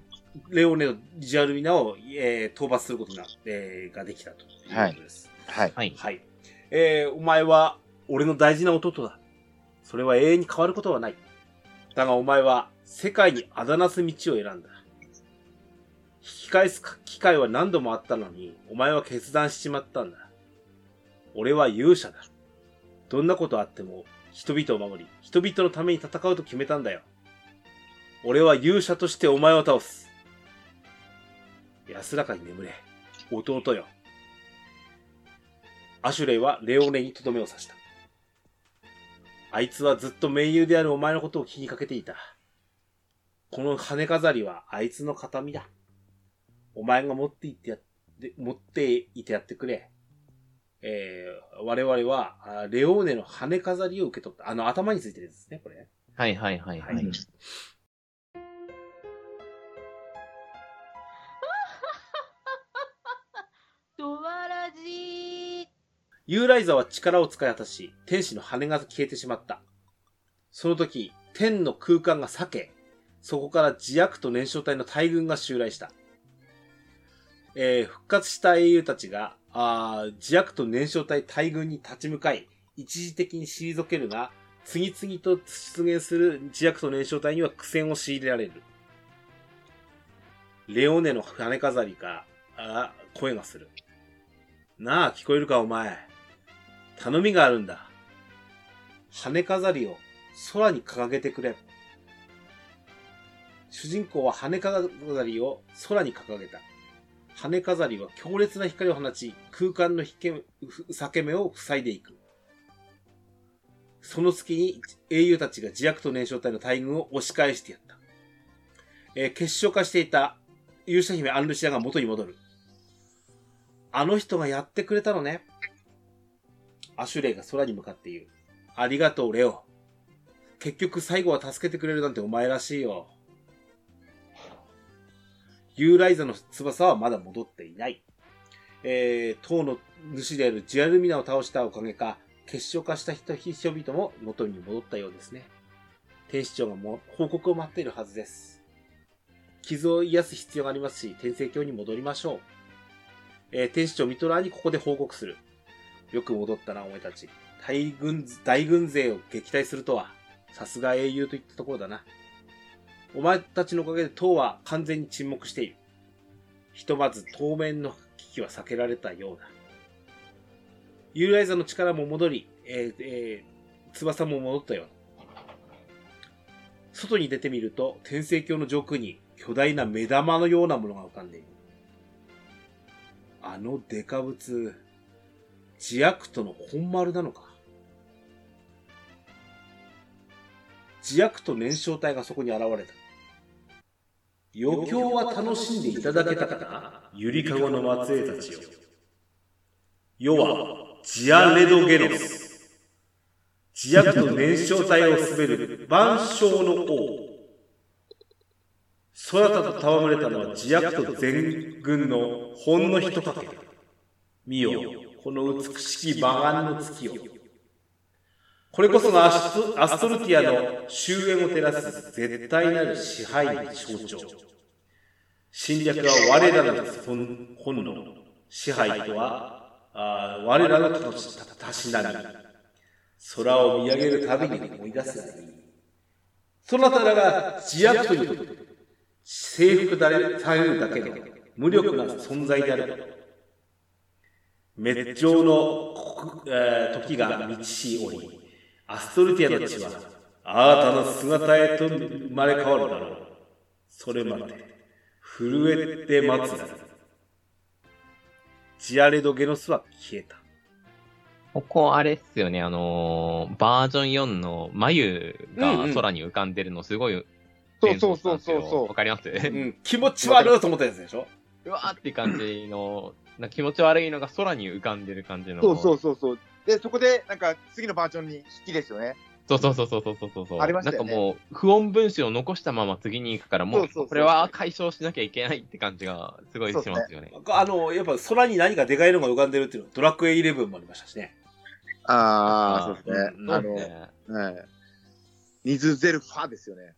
ー、レオーネとジアルミナを、えー、討伐することな、えー、ができたということです。
はい。
はい。
はい。えーお前は、俺の大事な弟だ。それは永遠に変わることはない。だがお前は、世界にあだなす道を選んだ。引き返す機会は何度もあったのに、お前は決断しちまったんだ。俺は勇者だ。どんなことあっても、人々を守り、人々のために戦うと決めたんだよ。俺は勇者としてお前を倒す。安らかに眠れ。弟よ。アシュレイはレオーネにとどめを刺した。あいつはずっと盟友であるお前のことを気にかけていた。この羽飾りはあいつの形見だ。お前が持っていってやって、持っていてやってくれ。えー、我々は、あレオーネの羽飾りを受け取った。あの、頭についてるやつですね、これ。
はいはいはいはい。
うん
ドワラジー
ユーライザは力を使い果たし、天使の羽が消えてしまった。その時、天の空間が裂け、そこから自悪と燃焼体の大群が襲来した。えー復活した英雄たちが、あー自悪と燃焼体大群に立ち向かい、一時的に退けるが、次々と出現する自悪と燃焼体には苦戦を強いられる。レオネの羽飾りか、あー声がする。なあ、聞こえるかお前。頼みがあるんだ。羽飾りを空に掲げてくれ。主人公は羽飾りを空に掲げた。羽飾りは強烈な光を放ち、空間の引けふ裂け目を塞いでいく。その隙に英雄たちが自悪と燃焼体の大群を押し返してやった。えー結晶化していた勇者姫アンルシアが元に戻る。あの人がやってくれたのね。アシュレイが空に向かって言う。ありがとう、レオ。結局最後は助けてくれるなんてお前らしいよ。ユーライザの翼はまだ戻っていない。えー、塔の主であるジュアルミナを倒したおかげか、結晶化した人人々も元に戻ったようですね。天使長がもう報告を待っているはずです。傷を癒す必要がありますし、天聖教に戻りましょう。えー天使長ミトラーにここで報告する。よく戻ったな、お前たち。大軍、大軍勢を撃退するとは、さすが英雄といったところだな。お前たちのおかげで塔は完全に沈黙している。ひとまず当面の危機は避けられたようだ。ユーライザの力も戻り、えーえー翼も戻ったようだ。外に出てみると、天聖教の上空に巨大な目玉のようなものが浮かんでいる。あのデカブツ、ジアクトの本丸なのか。ジアクト燃焼体がそこに現れた。余興は楽しんでいただけたかなゆりかごの末裔たちよ。世は、ジアレドゲノス。ジアクト燃焼体を滑る万象の王。空たと戯れたのは自悪と全軍のほんのひとかけ。見よ、この美しき馬眼の月を。これこそがアストアストルティアの終焉を照らす絶対なる支配の象徴。侵略は我らの本本能。支配とは、あー我らのたしたしなみ。空を見上げるたびに思い出すがいい。そなたらが自悪という征服だれされるだけの無力な存在であると。滅頂の刻、えー時が満ちしおり、アストルティアの地は、あなたの姿へと生まれ変わるだろう。それまで、震えて待つだろう。ジアレド・ゲノスは消えた。
ここ、あれっすよね、あのーバージョン4の眉
うんう
が
ん
空に浮かんでるのすごい
そう
連
そ
想
う
した
そ
んですけ
うそ
ど、
うそ
わかります [laughs]
うん、気持ち悪いと思ったやつでしょ
うわーって感じの、なんか気持ち悪いのが空に浮かんでる感じの。
う。そうそうそうそう。で、そこで、なんか、次のバージョンに引きですよね。
そうそうそうそうそうそうそう。
ありましたよね
なんかもう、不穏分子を残したまま次に行くから、も
そうそうそう
う、これは解消しなきゃいけないって感じがすごいしますよね。
あの、やっぱ空に何かでかいのが浮かんでるっていうのはドラクエ11もありましたしね。
ああ、そうです
う
ね。あ
そうですね
の、はい。ニズゼルファですよね。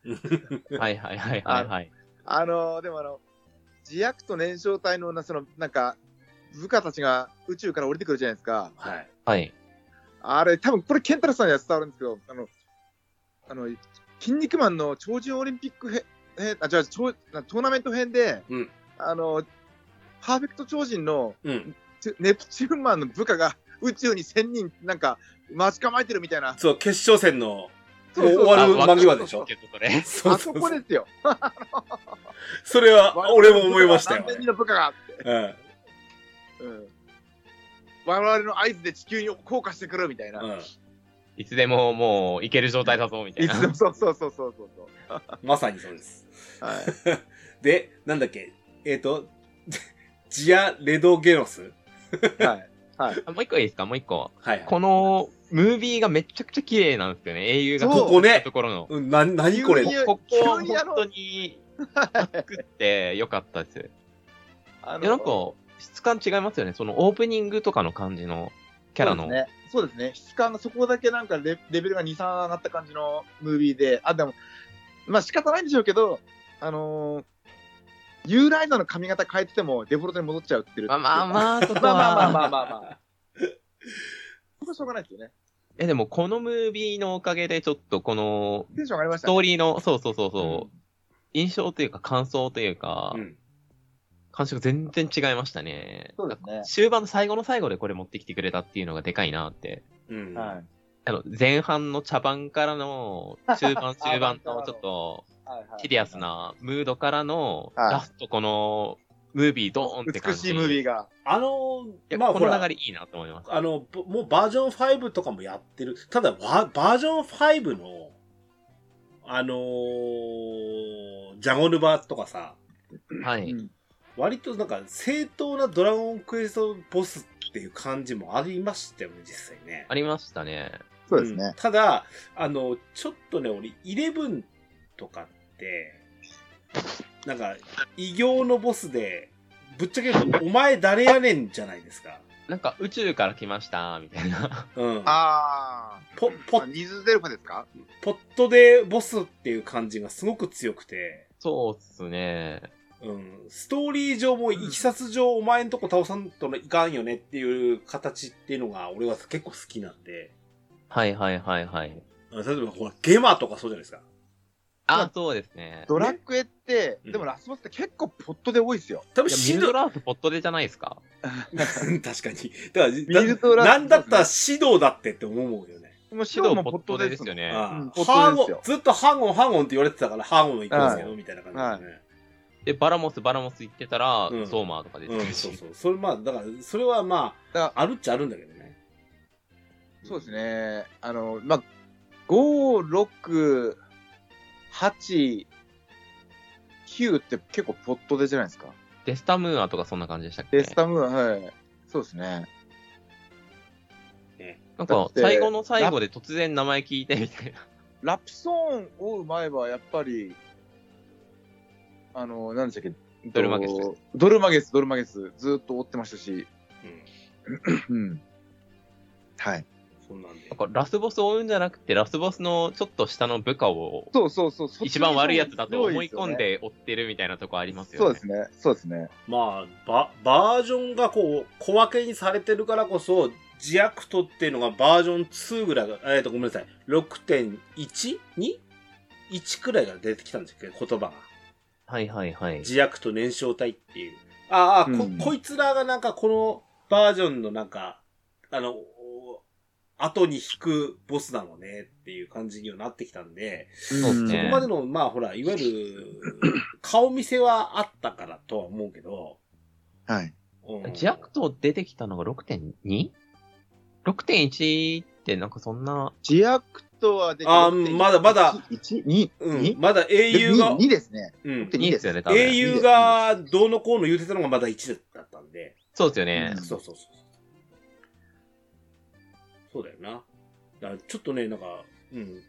はいはいはいはいはい。
あの、でもあの、自悪と燃焼体のな、その、なんか、部下たちが宇宙から降りてくるじゃないですか。
はい。
はい。
あれ、多分これ、ケンタロスさんには伝わるんですけど、あの、あの、筋肉マンの超人オリンピック編、編あ、じゃあ、超なトーナメント編で、
うん
あの、パーフェクト超人の
うん。
チュネプチューンマンの部下が宇宙に1000人、なんか、待ち構えてるみたいな。
そう、決勝戦の、
そうそうそう
終わる
あ
間際でしょ
わかるんすけどそれ。
そ
あ
うそ
そう
そ
こ
う。
ですよ。
それは、 [laughs] 俺も思いましたよ
何。千人の部下が、
うん。
うん。我々の合図で地球に降下してくるみたいな。
うん。
いつでももう、行ける状態だぞ、みたい
い
な。
つでも、そうそうそうそうそうそ
まさにそうです。
う。はい。
で、なんだっけ、えっ、と、 [laughs] ジア・レド・ゲノス
[laughs]
はい。はい。
あもう一個いいですかもう一個。
はい。
この、ムービーがめちゃくちゃ綺麗なんですよね。英雄が
そう
ここね
ところの。こ
うん、な、なにこれ
急に
こ、
急
本
にあの
当に、作ってよかったです。
[laughs] あ
いや、なんか、質感違いますよね。そのオープニングとかの感じのキャラの。
そうですね。そうですね質感がそこだけなんかレレベルが2、3上がった感じのムービーで、あ、でも、まあ仕方ないんでしょうけど、あのー、ユーライザーの髪型変えててもデフォルトに戻っちゃうっていう。
まあまあ
あ。
まあ、そこは。
[laughs] まあまあまあまあまあま
[laughs]
あ。そこはしょうがないですよね。
え、でもこのムービーのおかげで、ちょっとこの、
テンション上がりまし
ス
たね
トーリーの、そうそうそう
う
そう、印象というか感想というか、
うん。
感触全然違いましたね。
そうですね
終盤の最後の最後でこれ持ってきてくれたっていうのがでかいなって。
うん。
はい。
あの、前半の茶番からの、中盤
あ
中盤
な
の
るほど
ちょっ
[laughs]
と、
はいはい
シリアス。なムードからの、
はい
ラストこの、ムービードーンって感
美
じ。
しいムービーが。
あの
いや
まあ
こ
ほ
の
ら
流れ、いいなと思います。
あの、ぼもうバージョン5とかもやってる。ただ、わバージョン5の、あのージャゴヌバとかさ、
は
う
い。
ん
割となんか正当なドラゴンクエストボスっていう感じもありましたよね、実際ね。
ありましたね。
そうですね
ん。ただ、あの、ちょっとね、俺、11とかって、なんか、異形のボスで、ぶっちゃけ、お前誰やねんじゃないですか。
なんか宇宙から来ました、みたいな。 [laughs]
うん。
あ
ポ
あ。
ポ
あニズゼルファですか
ポットでボスっていう感じがすごく強くて、
そうっすね。
うん、ストーリー上もいきさつ上お前んとこ倒さんといかんよねっていう形っていうのが俺は結構好きなんで、
はいはいはいはい。
うん例えばほら、ゲマとかそうじゃないですか。
まあ
あ、そうですね。
ドラクエって、
うん
でもラスボスって結構ポットで多いですよ。
多分
いや
し
ミ
ん
ル
ど
ドラープポットでじゃないですか
[laughs] 確かに。だから
ミルドラ
な、なんだったら指導だってって思うよね。
もう
指導ポットでですよね。
ああ
うんポッ
ハー
トで
ゴ
すよ
ずっとハーゴン、ハーゴンって言われてたから、ハーゴン行くんですけど、みたいな感じでね。
で、バラモス、バラモス行ってたら、
うん
ソーマーとか出てく
うん、
る
そう
し。
そう。それまあ、だから、それはま
だ
あ、あるっちゃあるんだけどね。
そうですね。あの、まあ、5、6、8、9って結構ポットでじゃないですか。
デスタムーアとかそんな感じでしたっけ
デスタムーン、はい。そうですね。
なん
だ
か
っ、て
最後の最後で突然名前聞いてみたいな。
ラプソーンをうまえば、やっぱり、あの、何でしたっけ、
ドルマゲス
ドルマゲス、ドルマゲス、ずーっと追ってましたし、
うん。
うん。はい。
そんなんで
[laughs] なん。か、ラスボスを追うんじゃなくて、ラスボスのちょっと下の部下を、
そうそうそう。そっち
一番悪いやつだと思い込ん
強い
で追ってるみたいなとこありますす
よね。そ
よ
う
ね。
ですね。そうですね。
まあ、バ、バージョンがこう、小分けにされてるからこそ、ジアクトっていうのがバージョン2ぐらいが、えっ、と、ごめんなさい。6.1?2?1 くらいが出てきたんですけど、言葉が。
はいはいはい。
自悪と燃焼体っていう。ああ、こ
うん
こいつらがなんかこのバージョンのなんか、あの、お後に引くボスなのねっていう感じにはなってきたんで、
そうです
ここ
ね
までの、まあほら、いわ [clears throat] ゆる、顔見せはあったからとは思うけど、
はい。
うん
自悪党出てきたのが 6.2?6.1 ってなんかそんな、
ジアクトはで
あーまだまだ、
1、2、
うん、
2?
まだ英雄が、
2ですね。
うん
いいです
よね、多
英
分。
雄がどうのこうの言うてたのがまだ1だったんで、
そうですよね
う。ん
そうそうそう。そうだよな。だからちょっとね、なんか、うん、うん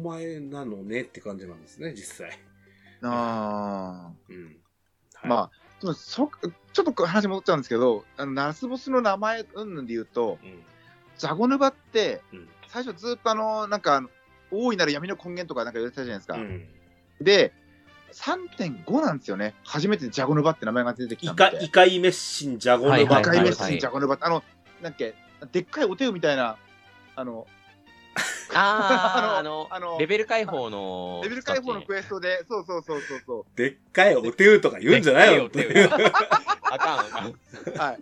お前なのねって感じなんですね、実際。
あ
うん。は
あ。
い
まあ、でもそちょっと話戻っちゃうんですけど、あのラスボスの名前うんぬんで言うと、
うん。
ザゴヌバって、
うん。
最初ずっとあの、なんか、大いなる闇の根源とかなんか言われてたじゃないですか。
うん。
で、3.5なんですよね。初めてジャゴヌバって名前が出てき
イ
たの
カ、
で。
イカイメッシン、ジャゴの
は
バ
い
イ
は
カ
い
イ
は
メ
い
ッシンジャゴヌバって、あの、なんだっけ、でっかいお手をみたいな、あの、
あー、あ
あ
の、
あの
レベル解放の。
レベル解放のクエストで、そうそうそうそうそ
でっかいお手うとか言うんじ
[laughs]
ゃないよ。
でっかいお手をあかんあかん。
う。
[laughs]
はい。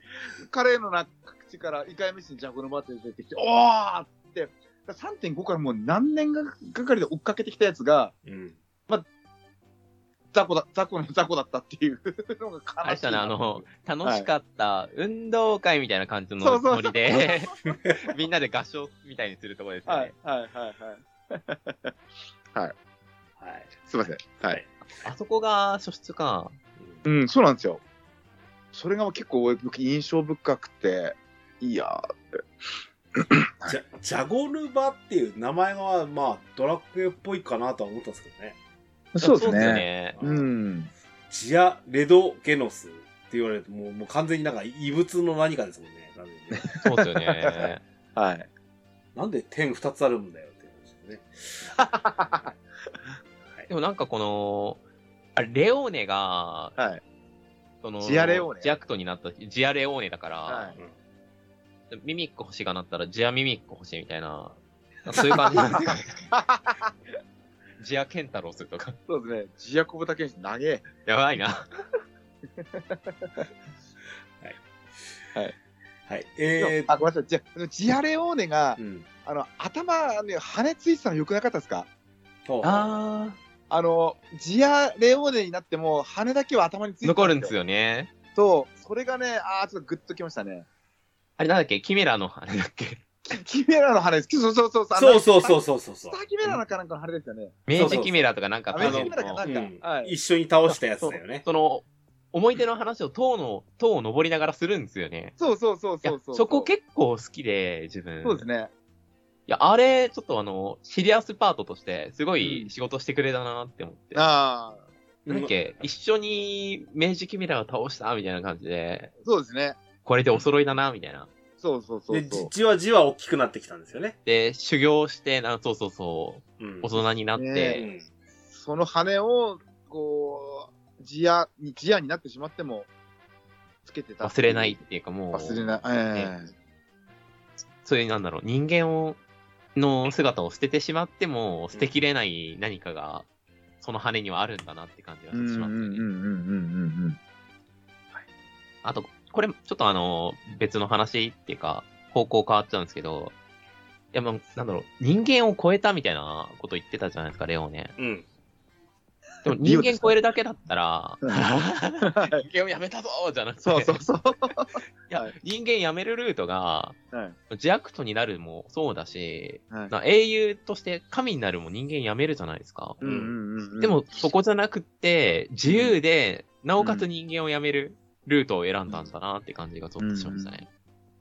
彼のな口からイカイメッシンジャゴヌバって出てきて、おーって、3.5からもう何年がかかりで追っかけてきたやつが、
うん。
雑魚だ、雑魚の雑魚だったっていう [laughs] のが悲しいな。
あれしたね、あの、楽しかった運動会みたいな感じ
そ
の
うそうそ
ノ
う
リ
[laughs]
で、みんなで合唱みたいにするとこですよ
は
ね
い。、はい、はい、はい。
はい。
すいません。はい。
あそこが初出か。
うん
うん、そうなんですよ。それが結構僕印象深くて、いや
ジャジャゴルバっていう名前が、まあ、ドラクエっぽいかなとは思ったんですけどね。
ー
よ。ね
うん。
ジア・レド・ゲノスって言われると、もうもう完全になんか異物の何かですもんね。完全にね
そうですよね。
はい。
なんで点二つあるんだよって話ですね。はい
でもなんかこの、あレオーネが、
はい
その
ジアレオーネ
ジアクトになった、ジアレオーネだから、
はい
ミミック星がなったらジアミミック星みたいな、なんかそういう感じなんですか
[laughs]
ね。ジアケンタロスとか。
そうですね。ジアコブタケンシ投げ。
やばいな。
はい。えー
あ、ごめんなさい。じゃあのジアレオーネが、
うん。
あの、頭、ね、羽ついてたのよくなかったですか
そう
あ
あの、ジアレオーネになっても、羽だけは頭についてた
残るんです
よ。
よね。
そう。それがね、あーちょっとグッときましたね。
あれなんだっけキメラの羽だっけ
キキメラの羽です。そうそうそ
そうそう
う。う
そ
あの。
うそうそうそう
スターキメラのかなんかの羽ですよね。
明治キメラとかなんか
あ、
多
メ
分
ジキメラかなんか。
うん
はい。
一緒に倒したやつだよね。
その、思い出の話を塔の、塔を登りながらするんですよね。
そうそうそう
いや
そうう。
そこ結構好きで、自分。
そうですね。
いや、あれ、ちょっとあの、シリアスパートとして、すごい仕事してくれたなって思って。
ああ、
なんだっけ、一緒に明治キメラを倒したみたいな感じで、
そうですね。
これでお揃いだなみたいな。
そうそうそう
で、じ
そう。
じわじわ大きくなってきたんですよね。
で、修行して、なそうそうそうう、
ん
大。人になって、
う
ね
ん
その羽を、こう、ジアに、ジアになってしまっても、つけてた。
忘れないっ。ていうかもう、
忘れない。ええ
そういうなんだろう、人間を、の姿を捨ててしまっても、捨てきれない何かが、その羽にはあるんだなって感じがし
うんうんう
ま
ん
す
う
よ
ん
ね。
うん
あと、これ、ちょっとあの、別の話っていうか、方向変わっちゃうんですけど、いや、まあ、なんだろう、人間を超えたみたいなこと言ってたじゃないですか、レオね。
うん。
[laughs] でも
リ
人
オです
間超えるだけだったら、
うん
人間をやめたぞーじゃなくて、
そうそうそう。
いや
はい
人間やめるルートが、
はい
ジアクトになるもそうだし、
はい
な英雄として神になるも人間やめるじゃないですか。
うんうんうんうん
で、も、そこじゃなくって、自由で、なおかつ人間を辞めるルートを選んだんだなって感じがちょっとしましたね。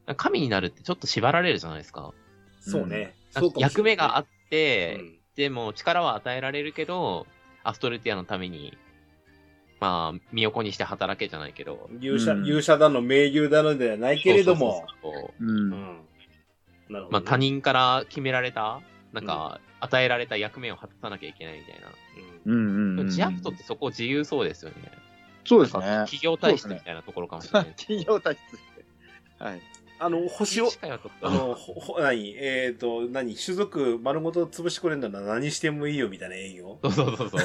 なんか神になるってちょっと縛られるじゃないですか。
そうね。
なんか役目があ
っ
って、でも力は与えられるけど、アストルティアのために、まあ、身を粉にして働けじゃないけど。
勇者、
うん
勇者だの、名優だのではないけれども。
そうそうそうそう
うん。
うんなるほどね。
まあ、他人から決められた、なんか、与えられた役目を果たさなきゃいけないみたいな。
うん。
うんうんうんうん。
ジアクトってそこ自由そうですよね。
そうです
なん
ね
か。企業体質みたいなところかもしれないです。
企業体質って。はい。
あの、星を、
近いはちょっと
あの、ほ、ほ何えっ、と、何種族丸ごと潰してくれるなら何してもいいよみたいな営業
そうそうそうそう。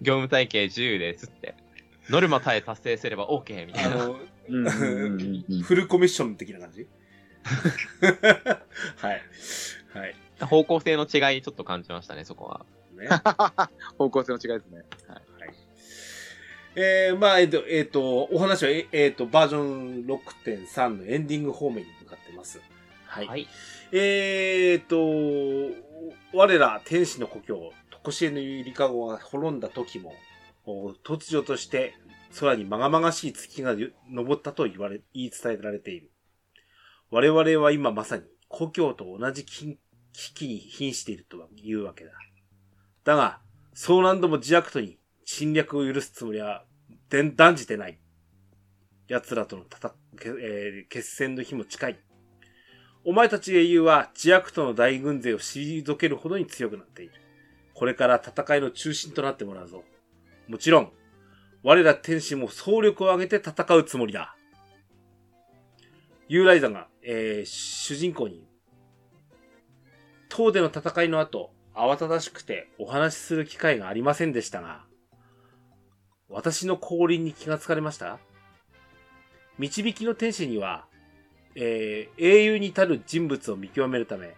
業務体系10ですって。ノルマさえ達成すれば OK みた
あ
いな。
の、
うんうんうん [laughs] うん
フルコミッション的な
[laughs]
感じはい。はい。
方向性の違いちょっと感じましたね、そこは。
ね。 [laughs]
方向性の違いですね。
はい。えー、まあ、えっ、と、えっ、と、お話は、えっ、えーと、バージョン6.3のエンディング方面に向かってます。はい。
はい。
えっ、と、我ら天使の故郷、常しえのゆりかごが滅んだ時も、お突如として空にまがまがしい月がゆ昇ったと言われ、言い伝えられている。我々は今まさに故郷と同じ危危機に瀕しているとは言うわけだ。だが、ソーランドもジアクトに侵略を許すつもりは、でん断じてない。奴らとの戦、けえー決戦の日も近い。お前たち英雄はジアクトの大軍勢を退けるほどに強くなっている。これから戦いの中心となってもらうぞ。もちろん、我ら天使も総力を挙げて戦うつもりだ。ユーライザが、えー主人公に、塔での戦いの後、慌ただしくてお話しする機会がありませんでしたが、私の降臨に気がつかれました導きの天使には、えー英雄に至る人物を見極めるため、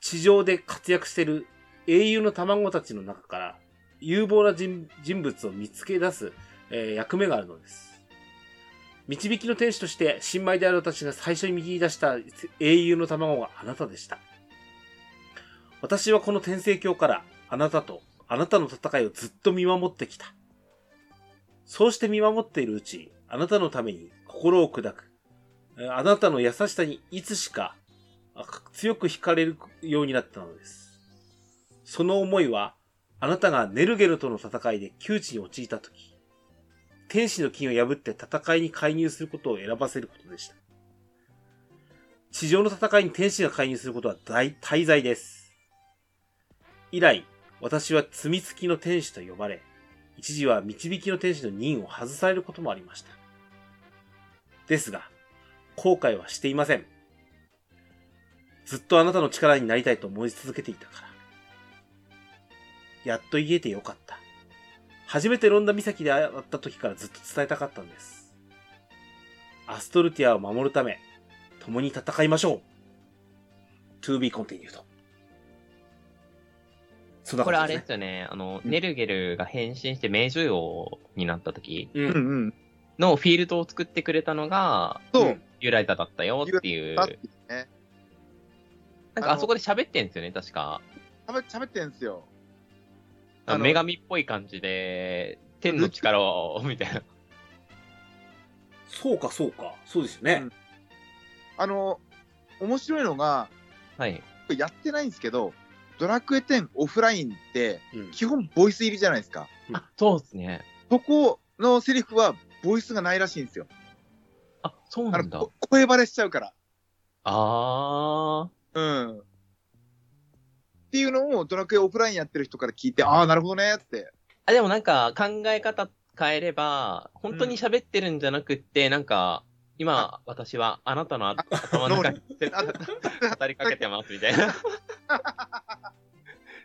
地上で活躍している英雄の卵たちの中から、有望な人人物を見つけ出す、えー役目があるのです。導きの天使として、新米である私が最初に見出した英雄の卵があなたでした。私はこの天聖教から、あなたと、あなたの戦いをずっと見守ってきた。そうして見守っているうち、あなたのために心を砕く、えーあなたの優しさにいつしかあか強く惹かれるようになったのです。その思いは、あなたがネルゲルとの戦いで窮地に陥った時、天使の金を破って戦いに介入することを選ばせることでした。地上の戦いに天使が介入することは大大罪です。以来、私は罪付きの天使と呼ばれ、一時は導きの天使の任を外されることもありました。ですが、後悔はしていません。ずっとあなたの力になりたいと思い続けていたから。やっと言えてよかった。初めてロンダ岬で会った時からずっと伝えたかったんです。アストルティアを守るため、共に戦いましょう !to be continued. そんな
これあ
感
れ
じ
で
です
すよね、あの、
うん
ネルゲルが変身して名女王になった時
ね。
うんうん。
のフィールドを作ってくれたのが、
そう。
うん
ユライザだったよっていう。
だっ
なん
てね、
かあそこで喋ってんですよね、確か。
喋喋ってんすよ。
あ
あ
の
の
女神っぽい感じで、天の力を、みたいな。
そうか、そうか。そうですよね。
うんあの、面白いのが、
はい。
やってないんですけど、ドラクエ10オフラインって、
うん
基本ボイス入りじゃないですか。
あ、そうですね。
そこのセリフは、ボイスがないらしいんですよ。
あ、そう
あ
な
の
ん、だ。
こ声バレしちゃうから。
あ
うん。っていうのをドラクエオフラインやってる人から聞いて、ああ、なるほどねって。
ー。あ、でもなんか考え方変えれば、本当に喋ってるんじゃなくって、なんか、今、私はあなたのあ頭の中に
あ
語りかけてますみたい [laughs] な。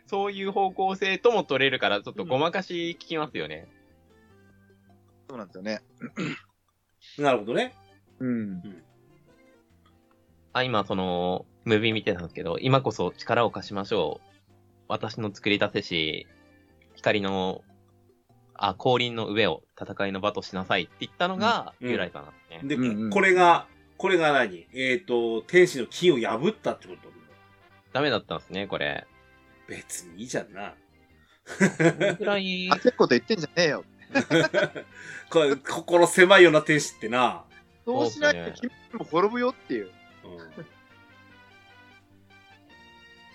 そういう方向性とも取れるから、ちょっとごまかし聞きますよね。
そうなんですよね。
なるほどね。
うん。
あ、今、その、ムービー見てたんですけど、今こそ力を貸しましょう。私の作り出せし、光の、あ、降臨の上を戦いの場としなさいって言ったのが、
うん
由来だなってね。
で、
うんうん
これが、これが何えっ、と、天使の金を破ったってこと
ダメだったんですね、これ。
[laughs] 別にいいじゃんな。 [laughs]
これぐらい、
焦ること言ってんじゃねえよ。
これ心狭いよな、天使ってな。
そうしないと君も滅ぶよって
[laughs]
いう。
うん、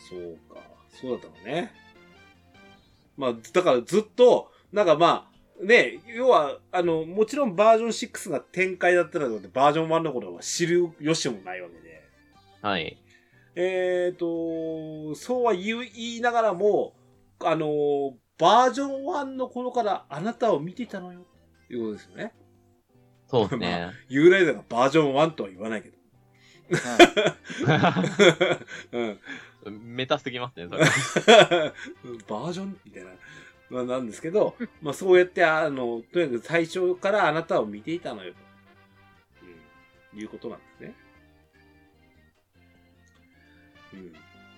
そうか。そうだったのね。まあ、だからずっと、なんかまあ、ね、要は、あの、もちろんバージョン6が展開だったらだってバージョン1のことは知るよしもないわけで。
はい。
えー、と、そうは言う言いながらも、あのー、バージョン1の頃からあなたを見てたのよ。ということですよね。
そうですね。
ユーライザーがバージョン1とは言わないけど。
はい
うん、
[laughs] メタすぎますね、それ。
バージョンみたいな。まあなんです
[laughs]
けど、まあそうやって、あの、とにかく最初からあなたを見ていたのよ、と、うん、いうことなんですね。うん、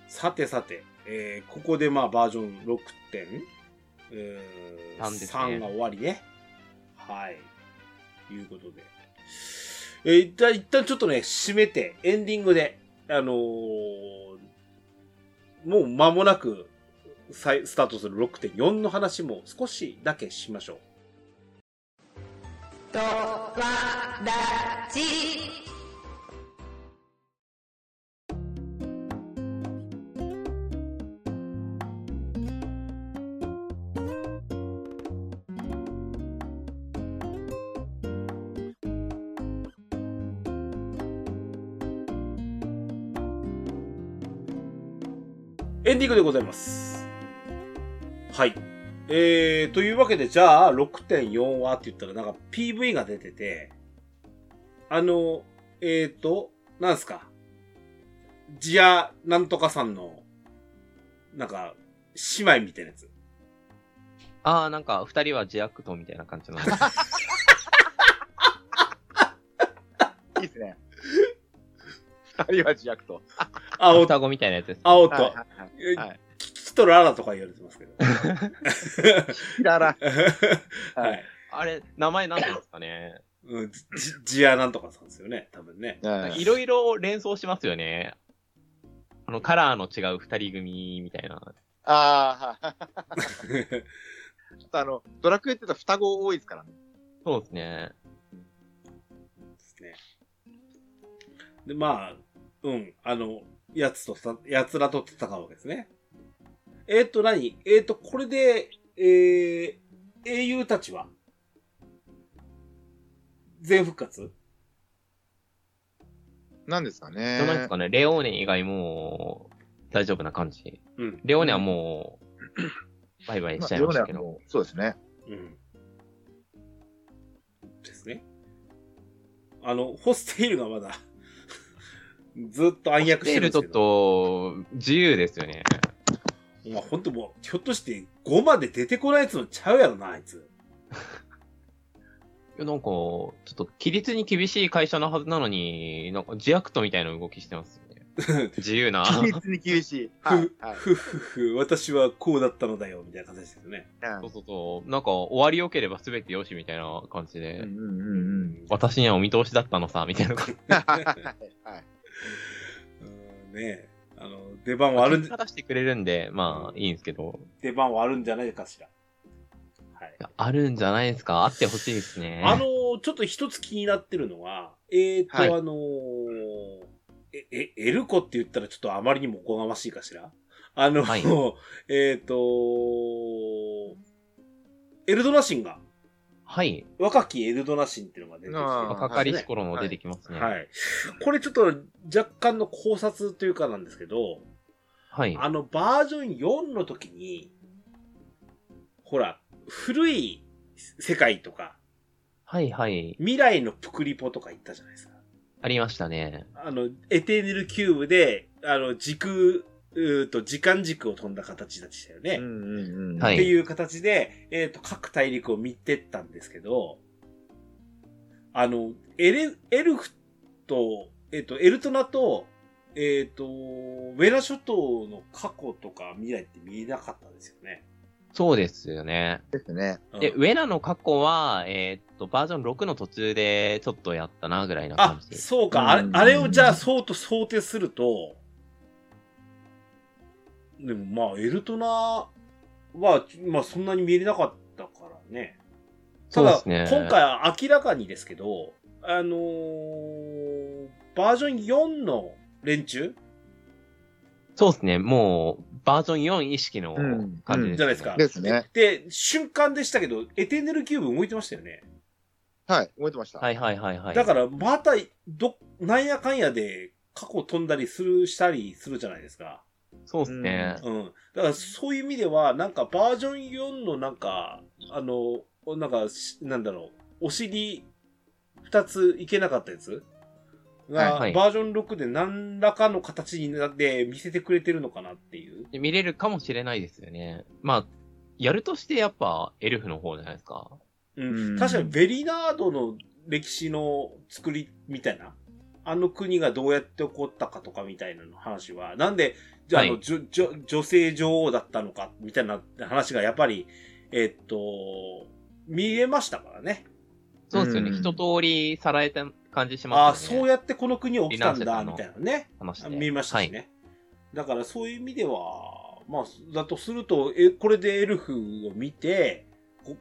さてさて、えーここでまあバージョン6点、えー
三ですね
3が終わりね。はい。いうことで。えー、一旦、一旦ちょっとね、締めて、エンディングで、あのーもう間もなく、再スタートする6.4の話も少しだけしましょう。
とわらじ
エンディングでございます。はい。えー、というわけで、じゃあ、6.4はって言ったら、なんか PV が出てて、あの、えーと、なんすか、ジアなんとかさんの、なんか、姉妹みたいなやつ。
ああ、なんか、二人は自悪党みたいな感じ
[laughs]
の。
いいですね。二人は自悪と。
青と、
双子みたいなやつです。
青
はいは
と、
いはいはい。
キキとララとか言われてます
[laughs]
けど。 [laughs]
だら、
はい。
あれ、名前なんなんですかね。
うん、ジジアなんとかさんですよね、多分ね。
はい
いろいろ連想しますよね。あの、カラーの違う二人組みたいな。
ああ、はい
[laughs]
ちょっ [laughs] とあの、ドラクエって言うと双子多いですからね。
そうですね。
ですね。で、まあ、うん、あの、やつとさ、やつらと戦うわけですね。えっ、と、何えっ、と、これで、えー、英雄たちは全復活
なんですか
じゃないです
ね。
かね。レオーネ以外もう大丈夫な感じ。
うん。
レオーネはもう、バイバイしちゃいましたけど。
う、そうですね。
うん。ですね。あの、ホステイルがまだ、 [laughs] ずっと暗躍し
セ
て
ー
る
ル
んで
ちょ
す
っ
けど。
と、自由ですよね。
まあ、ほんともう、ひょっとして5まで出てこないやつのちゃうやろな、あいつ。
いやなんか、ちょっと、規律に厳しい会社のはずなのに、なんか、自悪党みたいな動きしてますよ
[laughs]
ね。自由な。
規律に厳しい。
ふ、
はい。はい
ふふふ、私はこうだったのだよ、みたいな形ですよね。
そうそうそう。なんか、終わり良ければ全て良しみたいな感じで。
うんうんうんうん。
私にはお見通しだったのさ、みたいな感じ。
はい。
うんねえあの、出番はあるん
結、果出してくれるんで、まあ、いいんですけど。
出番はあるんじゃないかしら。はい。
あるんじゃないですかあってほしいですね。
あのーちょっと一つ気になってるのは、えーと、
はい
あのーえ、え、エルコって言ったらちょっとあまりにもおこがましいかしらあの、
はい
[laughs] えーとエルドナシンが、
はい。
若きエルドナシンっていうのが出てきて
あー
若かりし頃も出てきますね。
はい。これちょっと若干の考察というかなんですけど、
はい。
あのバージョン4の時に、ほら、古い世界とか、
はいはい。
未来のプクリポとか言ったじゃないですか。
ありましたね。
あの、エテーネルキューブで、あの、軸、うーと、時間軸を飛んだ形でしたよね。
う
っ
んうんうん。
は
て
い
いう形で、えっ、と、各大陸を見てったんですけど、あの、エレ、エルフと、えっ、と、エルトナと、えっ、と、ウェラ諸島の過去とか未来って見えなかったんですよね。
そうですよね。
ですね。
で、
うん
ウェナの過去は、えーっと、バージョン6の途中でちょっとやったな、ぐらいな
あ
感、じ。
そうか。あれ
う、ん
あれをじゃあ、そうと想定すると、でもまあ、エルトナは、まあ、そんなに見えなかったからね。ただ、
そうですね
今回は明らかにですけど、あのーバージョン4の連中
そうですね。もう、バージョン4意識の感じです、ね
うん
じゃないですか。
ですね。
で、瞬間でしたけど、エテーネルキューブ動いてましたよね。
はい。覚えてました。
はいはいはいはい。
だから、また、ど、なんやかんやで、過去飛んだりする、したりするじゃないですか。
そうですね。
うん。だからそういう意味では、なんかバージョン4のなんか、あの、なんかし、なんだろう、お尻2ついけなかったやつが、
はいはい
バージョン6で何らかの形になって見せてくれてるのかなっていう。
で見れるかもしれないですよね。まあ、やるとしてやっぱエルフの方じゃないですか。
うん
うん
確かにベリナードの歴史の作りみたいな、あの国がどうやって起こったかとかみたいなの話は、なんで、じゃあ、
はい
あのじょじょ女性女王だったのかみたいな話がやっぱり、えっと、見えましたからね。
そうですよね。
うん
一通りさらえた感じし
ああー、
ますよ
そう
ね。
やってこの国起きたん
リナーセ
だ、
さんの
みたいなね。
話で
見えましたしね。だからそういう意味では、まあ、だとすると、え、これでエルフを見て、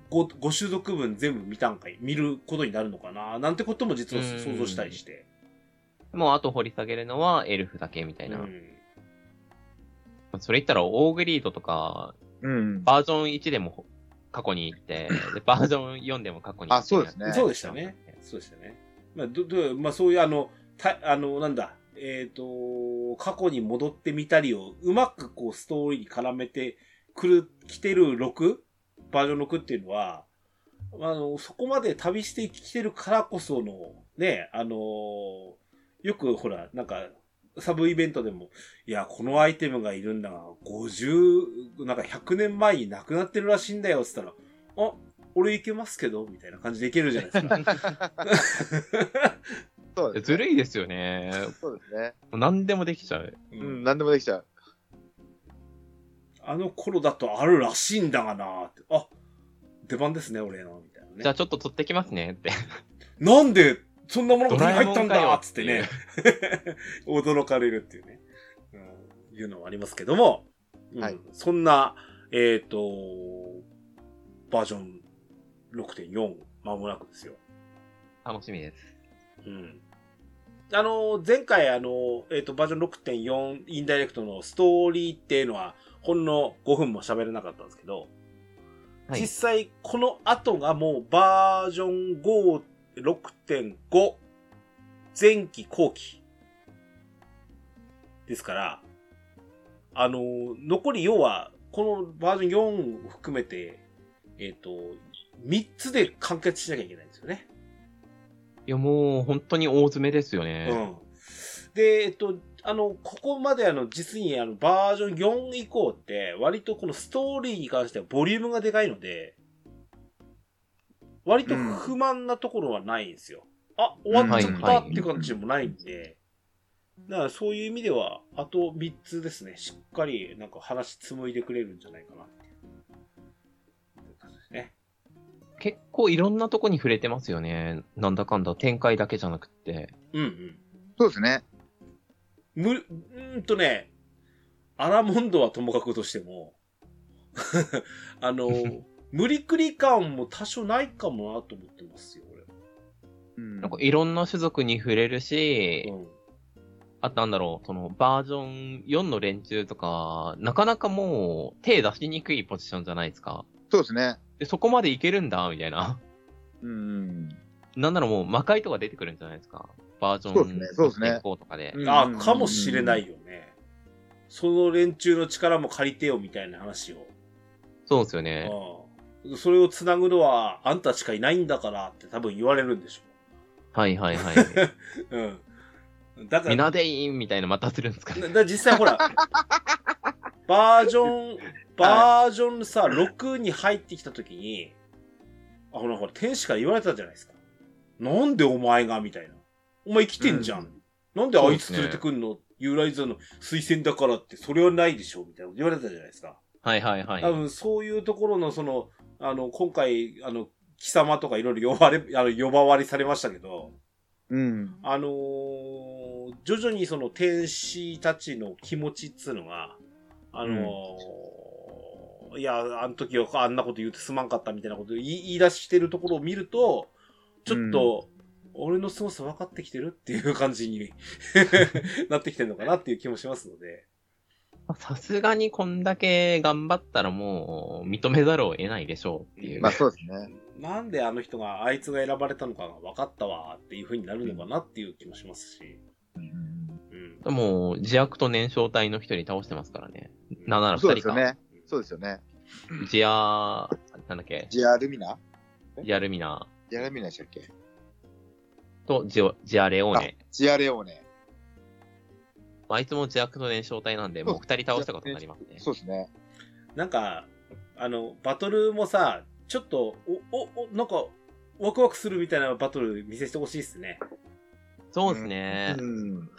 ご、ご、ご種族分全部見たんかい見ることになるのかななんてことも実は
うん
想像したりして。
はい。もうあと掘り下げるのはエルフだけみたいな。
うん
それ言ったらオーグリードとか、
うん。
バージョン1でも過去に行
[laughs]
って、でバージョン4でも過去に行って。
あそうですね
そうでしたね。そうでしたね。まあ、ど、ど、まあそういうあの、た、あの、なんだ、えっ、と、過去に戻ってみたりをうまくこうストーリーに絡めてくる、来てる6、バージョン6っていうのは、あの、そこまで旅してきてるからこその、ね、あの、よくほら、なんか、サブイベントでも、いや、このアイテムがいるんだが、50、なんか100年前に亡くなってるらしいんだよ、っつったら、あ、俺いけますけど、みたいな感じでいけるじゃないですか。
[laughs]
そうです
ずるいですよね。
そうですね。
もう何でもできちゃう。
う
うんん、何でもできちゃう。
あの頃だとあるらしいんだがなーって。あ、出番ですね、俺の、み
じ
たい
ゃ
な
あ
ね。
ちょっと取ってきますねって。 [laughs]
なんで、そんなものが手に入った
ドラえもん
ん
か
だ
よ
っつってね。 [laughs] 驚かれるっていうね、うん。いうのはありますけども、うん
はい
そんな、えっ、と、バージョン6.4、まもなくですよ。
楽しみです。
うん。あの、前回、あの、えっ、と、バージョン6.4インダイレクトのストーリーっていうのは、ほんの5分も喋れなかったんですけど、
はい
実際、この後がもうバージョン5、6.5、前期後期。ですから、あの、残り要は、このバージョン4を含めて、えっ、と、3つで完結しなきゃいけないんですよね。
いやもう本当に大詰めですよね。
うん。で、えっと、あの、ここまであの、実にあの、バージョン4以降って、割とこのストーリーに関してはボリュームがでかいので、割と不満なところはないんですよ。あ、終わっちゃっ
うん
た
はい
っていう感じもないんで、だからそういう意味では、あと3つですね、しっかりなんか話紡いでくれるんじゃないかなっていう感じですね。
結構いろんなとこに触れてますよね。なんだかんだ展開だけじゃなくって。
うんうん。
そうですね。
む、うーんとね、アラモンドはともかくとしても、 [laughs] あの、無理くり感も多少ないかもなと思ってますよ、
うん
なんかいろんな種族に触れるし、
俺。うん。
あとなんだろう、そのバージョン4の連中とか、なかなかもう手出しにくいポジションじゃないですか。
そうですね。
で、そこまでいけるんだ、みたいな。 [laughs]
うん。
なんならもう魔界とか出てくるんじゃないですか。バージョン
そうですねそうですね
5とかで。
ああ、かもしれないよね。その連中の力も借りてよ、みたいな話を。
そうですよね。
うん。それを繋ぐのは、あんたしかいないんだからって多分言われるんでしょ
はいはい
[laughs]
はい。
う。うん。だから、
みなでいいみたいなまたするんですかね
な。だ実際ほら、バージョン、バージョンさ、6に入ってきたときに、あ、ほらほら、天使から言われたじゃないですか。なんでお前がみたいな。お前生きてんじゃん。
うん
なんであいつ連れてくんの、ユーライザーの推薦だからって、それはないでしょみたいなこと言われたじゃないですか。
はいはいはい。
多分そういうところのその、あの、今回、あの、貴様とかいろいろ呼ばれ、あの、呼ばわりされましたけど、
うん。
あのー徐々にその天使たちの気持ちっつうのが、あのーいや、あの時はあんなこと言ってすまんかったみたいなことを言い言い出してるところを見ると、ちょっと、俺の凄さ分かってきてるっていう感じに [laughs] なってきてるのかなっていう気もしますので。
さすがにこんだけ頑張ったらもう認めざるを得ないでしょうっていう。
まあそうですね。
なんであの人が、あいつが選ばれたのかが分かったわっていう風になるのかなっていう気もしますし。うん。
もう自悪と燃焼体の人に倒してますからね。なんなら
そう
二
で
人
すよ
か。
ね。そうですよね。
ジア、なんだっけ、
ジアルミナ
ジアルミナ
ジアルミナでしたっけ
とジオジアレオー
あ
ネ。、
ジアレオーネ。
まあ、あいつも自悪と燃焼体なんで、
そう
もう二人倒したことになりますね。
そうですね。
なんか、あの、バトルもさ、ちょっと、お、お、お、なんか、ワクワクするみたいなバトル見せてほしいっすね。
そうですね。
うん。
うん。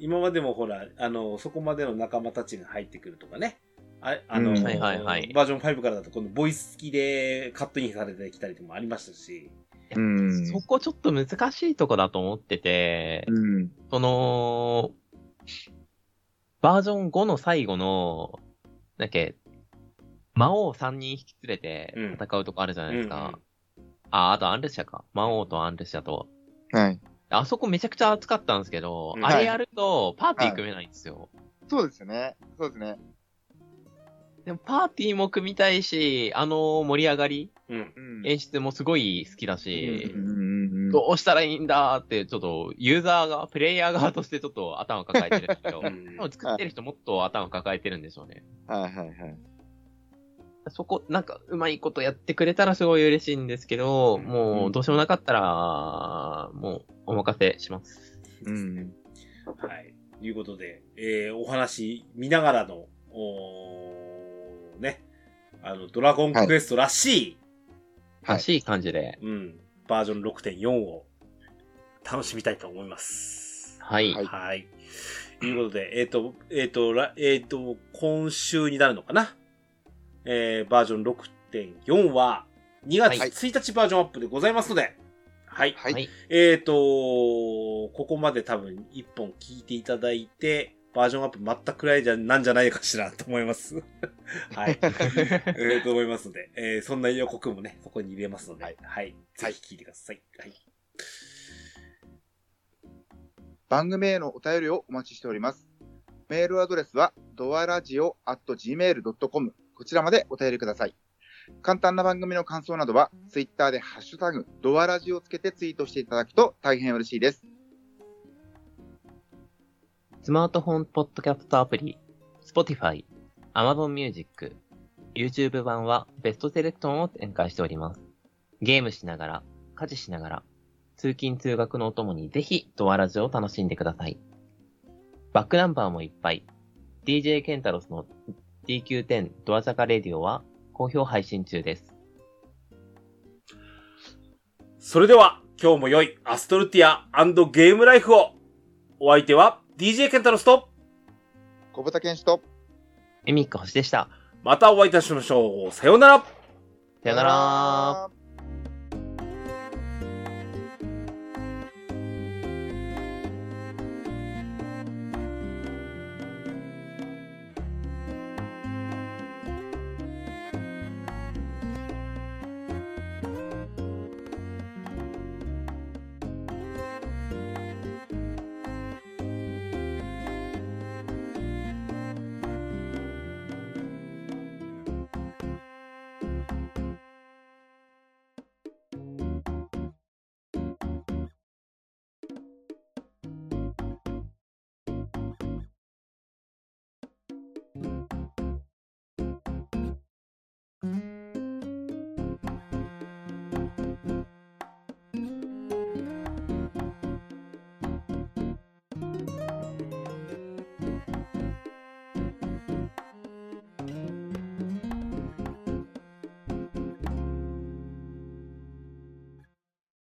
今までもほら、あの、そこまでの仲間たちが入ってくるとかね。ああの、
うん
はいはいはい
バージョン5からだと、このボイス付きでカットインされてきたりとかもありましたし。
うん
そこちょっと難しいとこだと思ってて、
うん。
その、バージョン5の最後の、なんか、魔王3人引き連れて戦うとこあるじゃないですか。
うんうん
あ、あとアンルシアか。魔王とアンルシアと。
はい。
あそこめちゃくちゃ暑かったんですけど、
うん
あれやるとパーティー組めないんですよ。
そうですよね。そうですね。
でもパーティーも組みたいし、あの盛り上がり、
うん。
うん
演出もすごい好きだし、
うんうんうん。
どうしたらいいんだって、ちょっとユーザーが、プレイヤー側としてちょっと頭抱えてるんですけど、
う
多
ん
分作ってる人もっと頭抱えてるんでしょうね。
はいはいはい。
そこ、なんか、うまいことやってくれたらすごい嬉しいんですけど、もう、どうしようもなかったら、もう、お任せします。
うん。
はい。ということで、えーお話見ながらの、おーね、あの、ドラゴンクエストらし
はい
らしい感じで。
い、うん、バージョン6.4を楽しみたいと思います。
はい。
はい
はい。ということで、えっ、と、えっ、と、らえっ、と、今週になるのかなえーバージョン6.4は、2月
はい
1日バージョンアップでございますので、はい。
はい。
はい
えーと、ここまで多分一本聞いていただいて、バージョンアップ全くらいじゃなんじゃないかしらと思います。はい。えーと思いますので、えーそんな予告もね、そこに入れますので、は
はいい。
ぜひ聞いてください。はい。
番組へのお便りをお待ちしております。メールアドレスは、ドアラジオ at gmail.com。こちらまでお便りください。簡単な番組の感想などは、ツイッターでハッシュタグ、ドアラジをつけてツイートしていただくと大変嬉しいです。
スマートフォンポッドキャストアプリ、Spotify、Amazon Music、YouTube 版はベストセレクトンを展開しております。ゲームしながら、家事しながら、通勤通学のお供にぜひドアラジオを楽しんでください。バックナンバーもいっぱい。DJ ケンタロスの DQ10 ドア坂レディオは好評配信中です。
それでは、今日も良いアストルティアゲームライフをお相手は DJ ケンタロスと、
小豚健士と、
エミック星でした。
またお会いいたしましょう。さようなら
さよなら。
ー。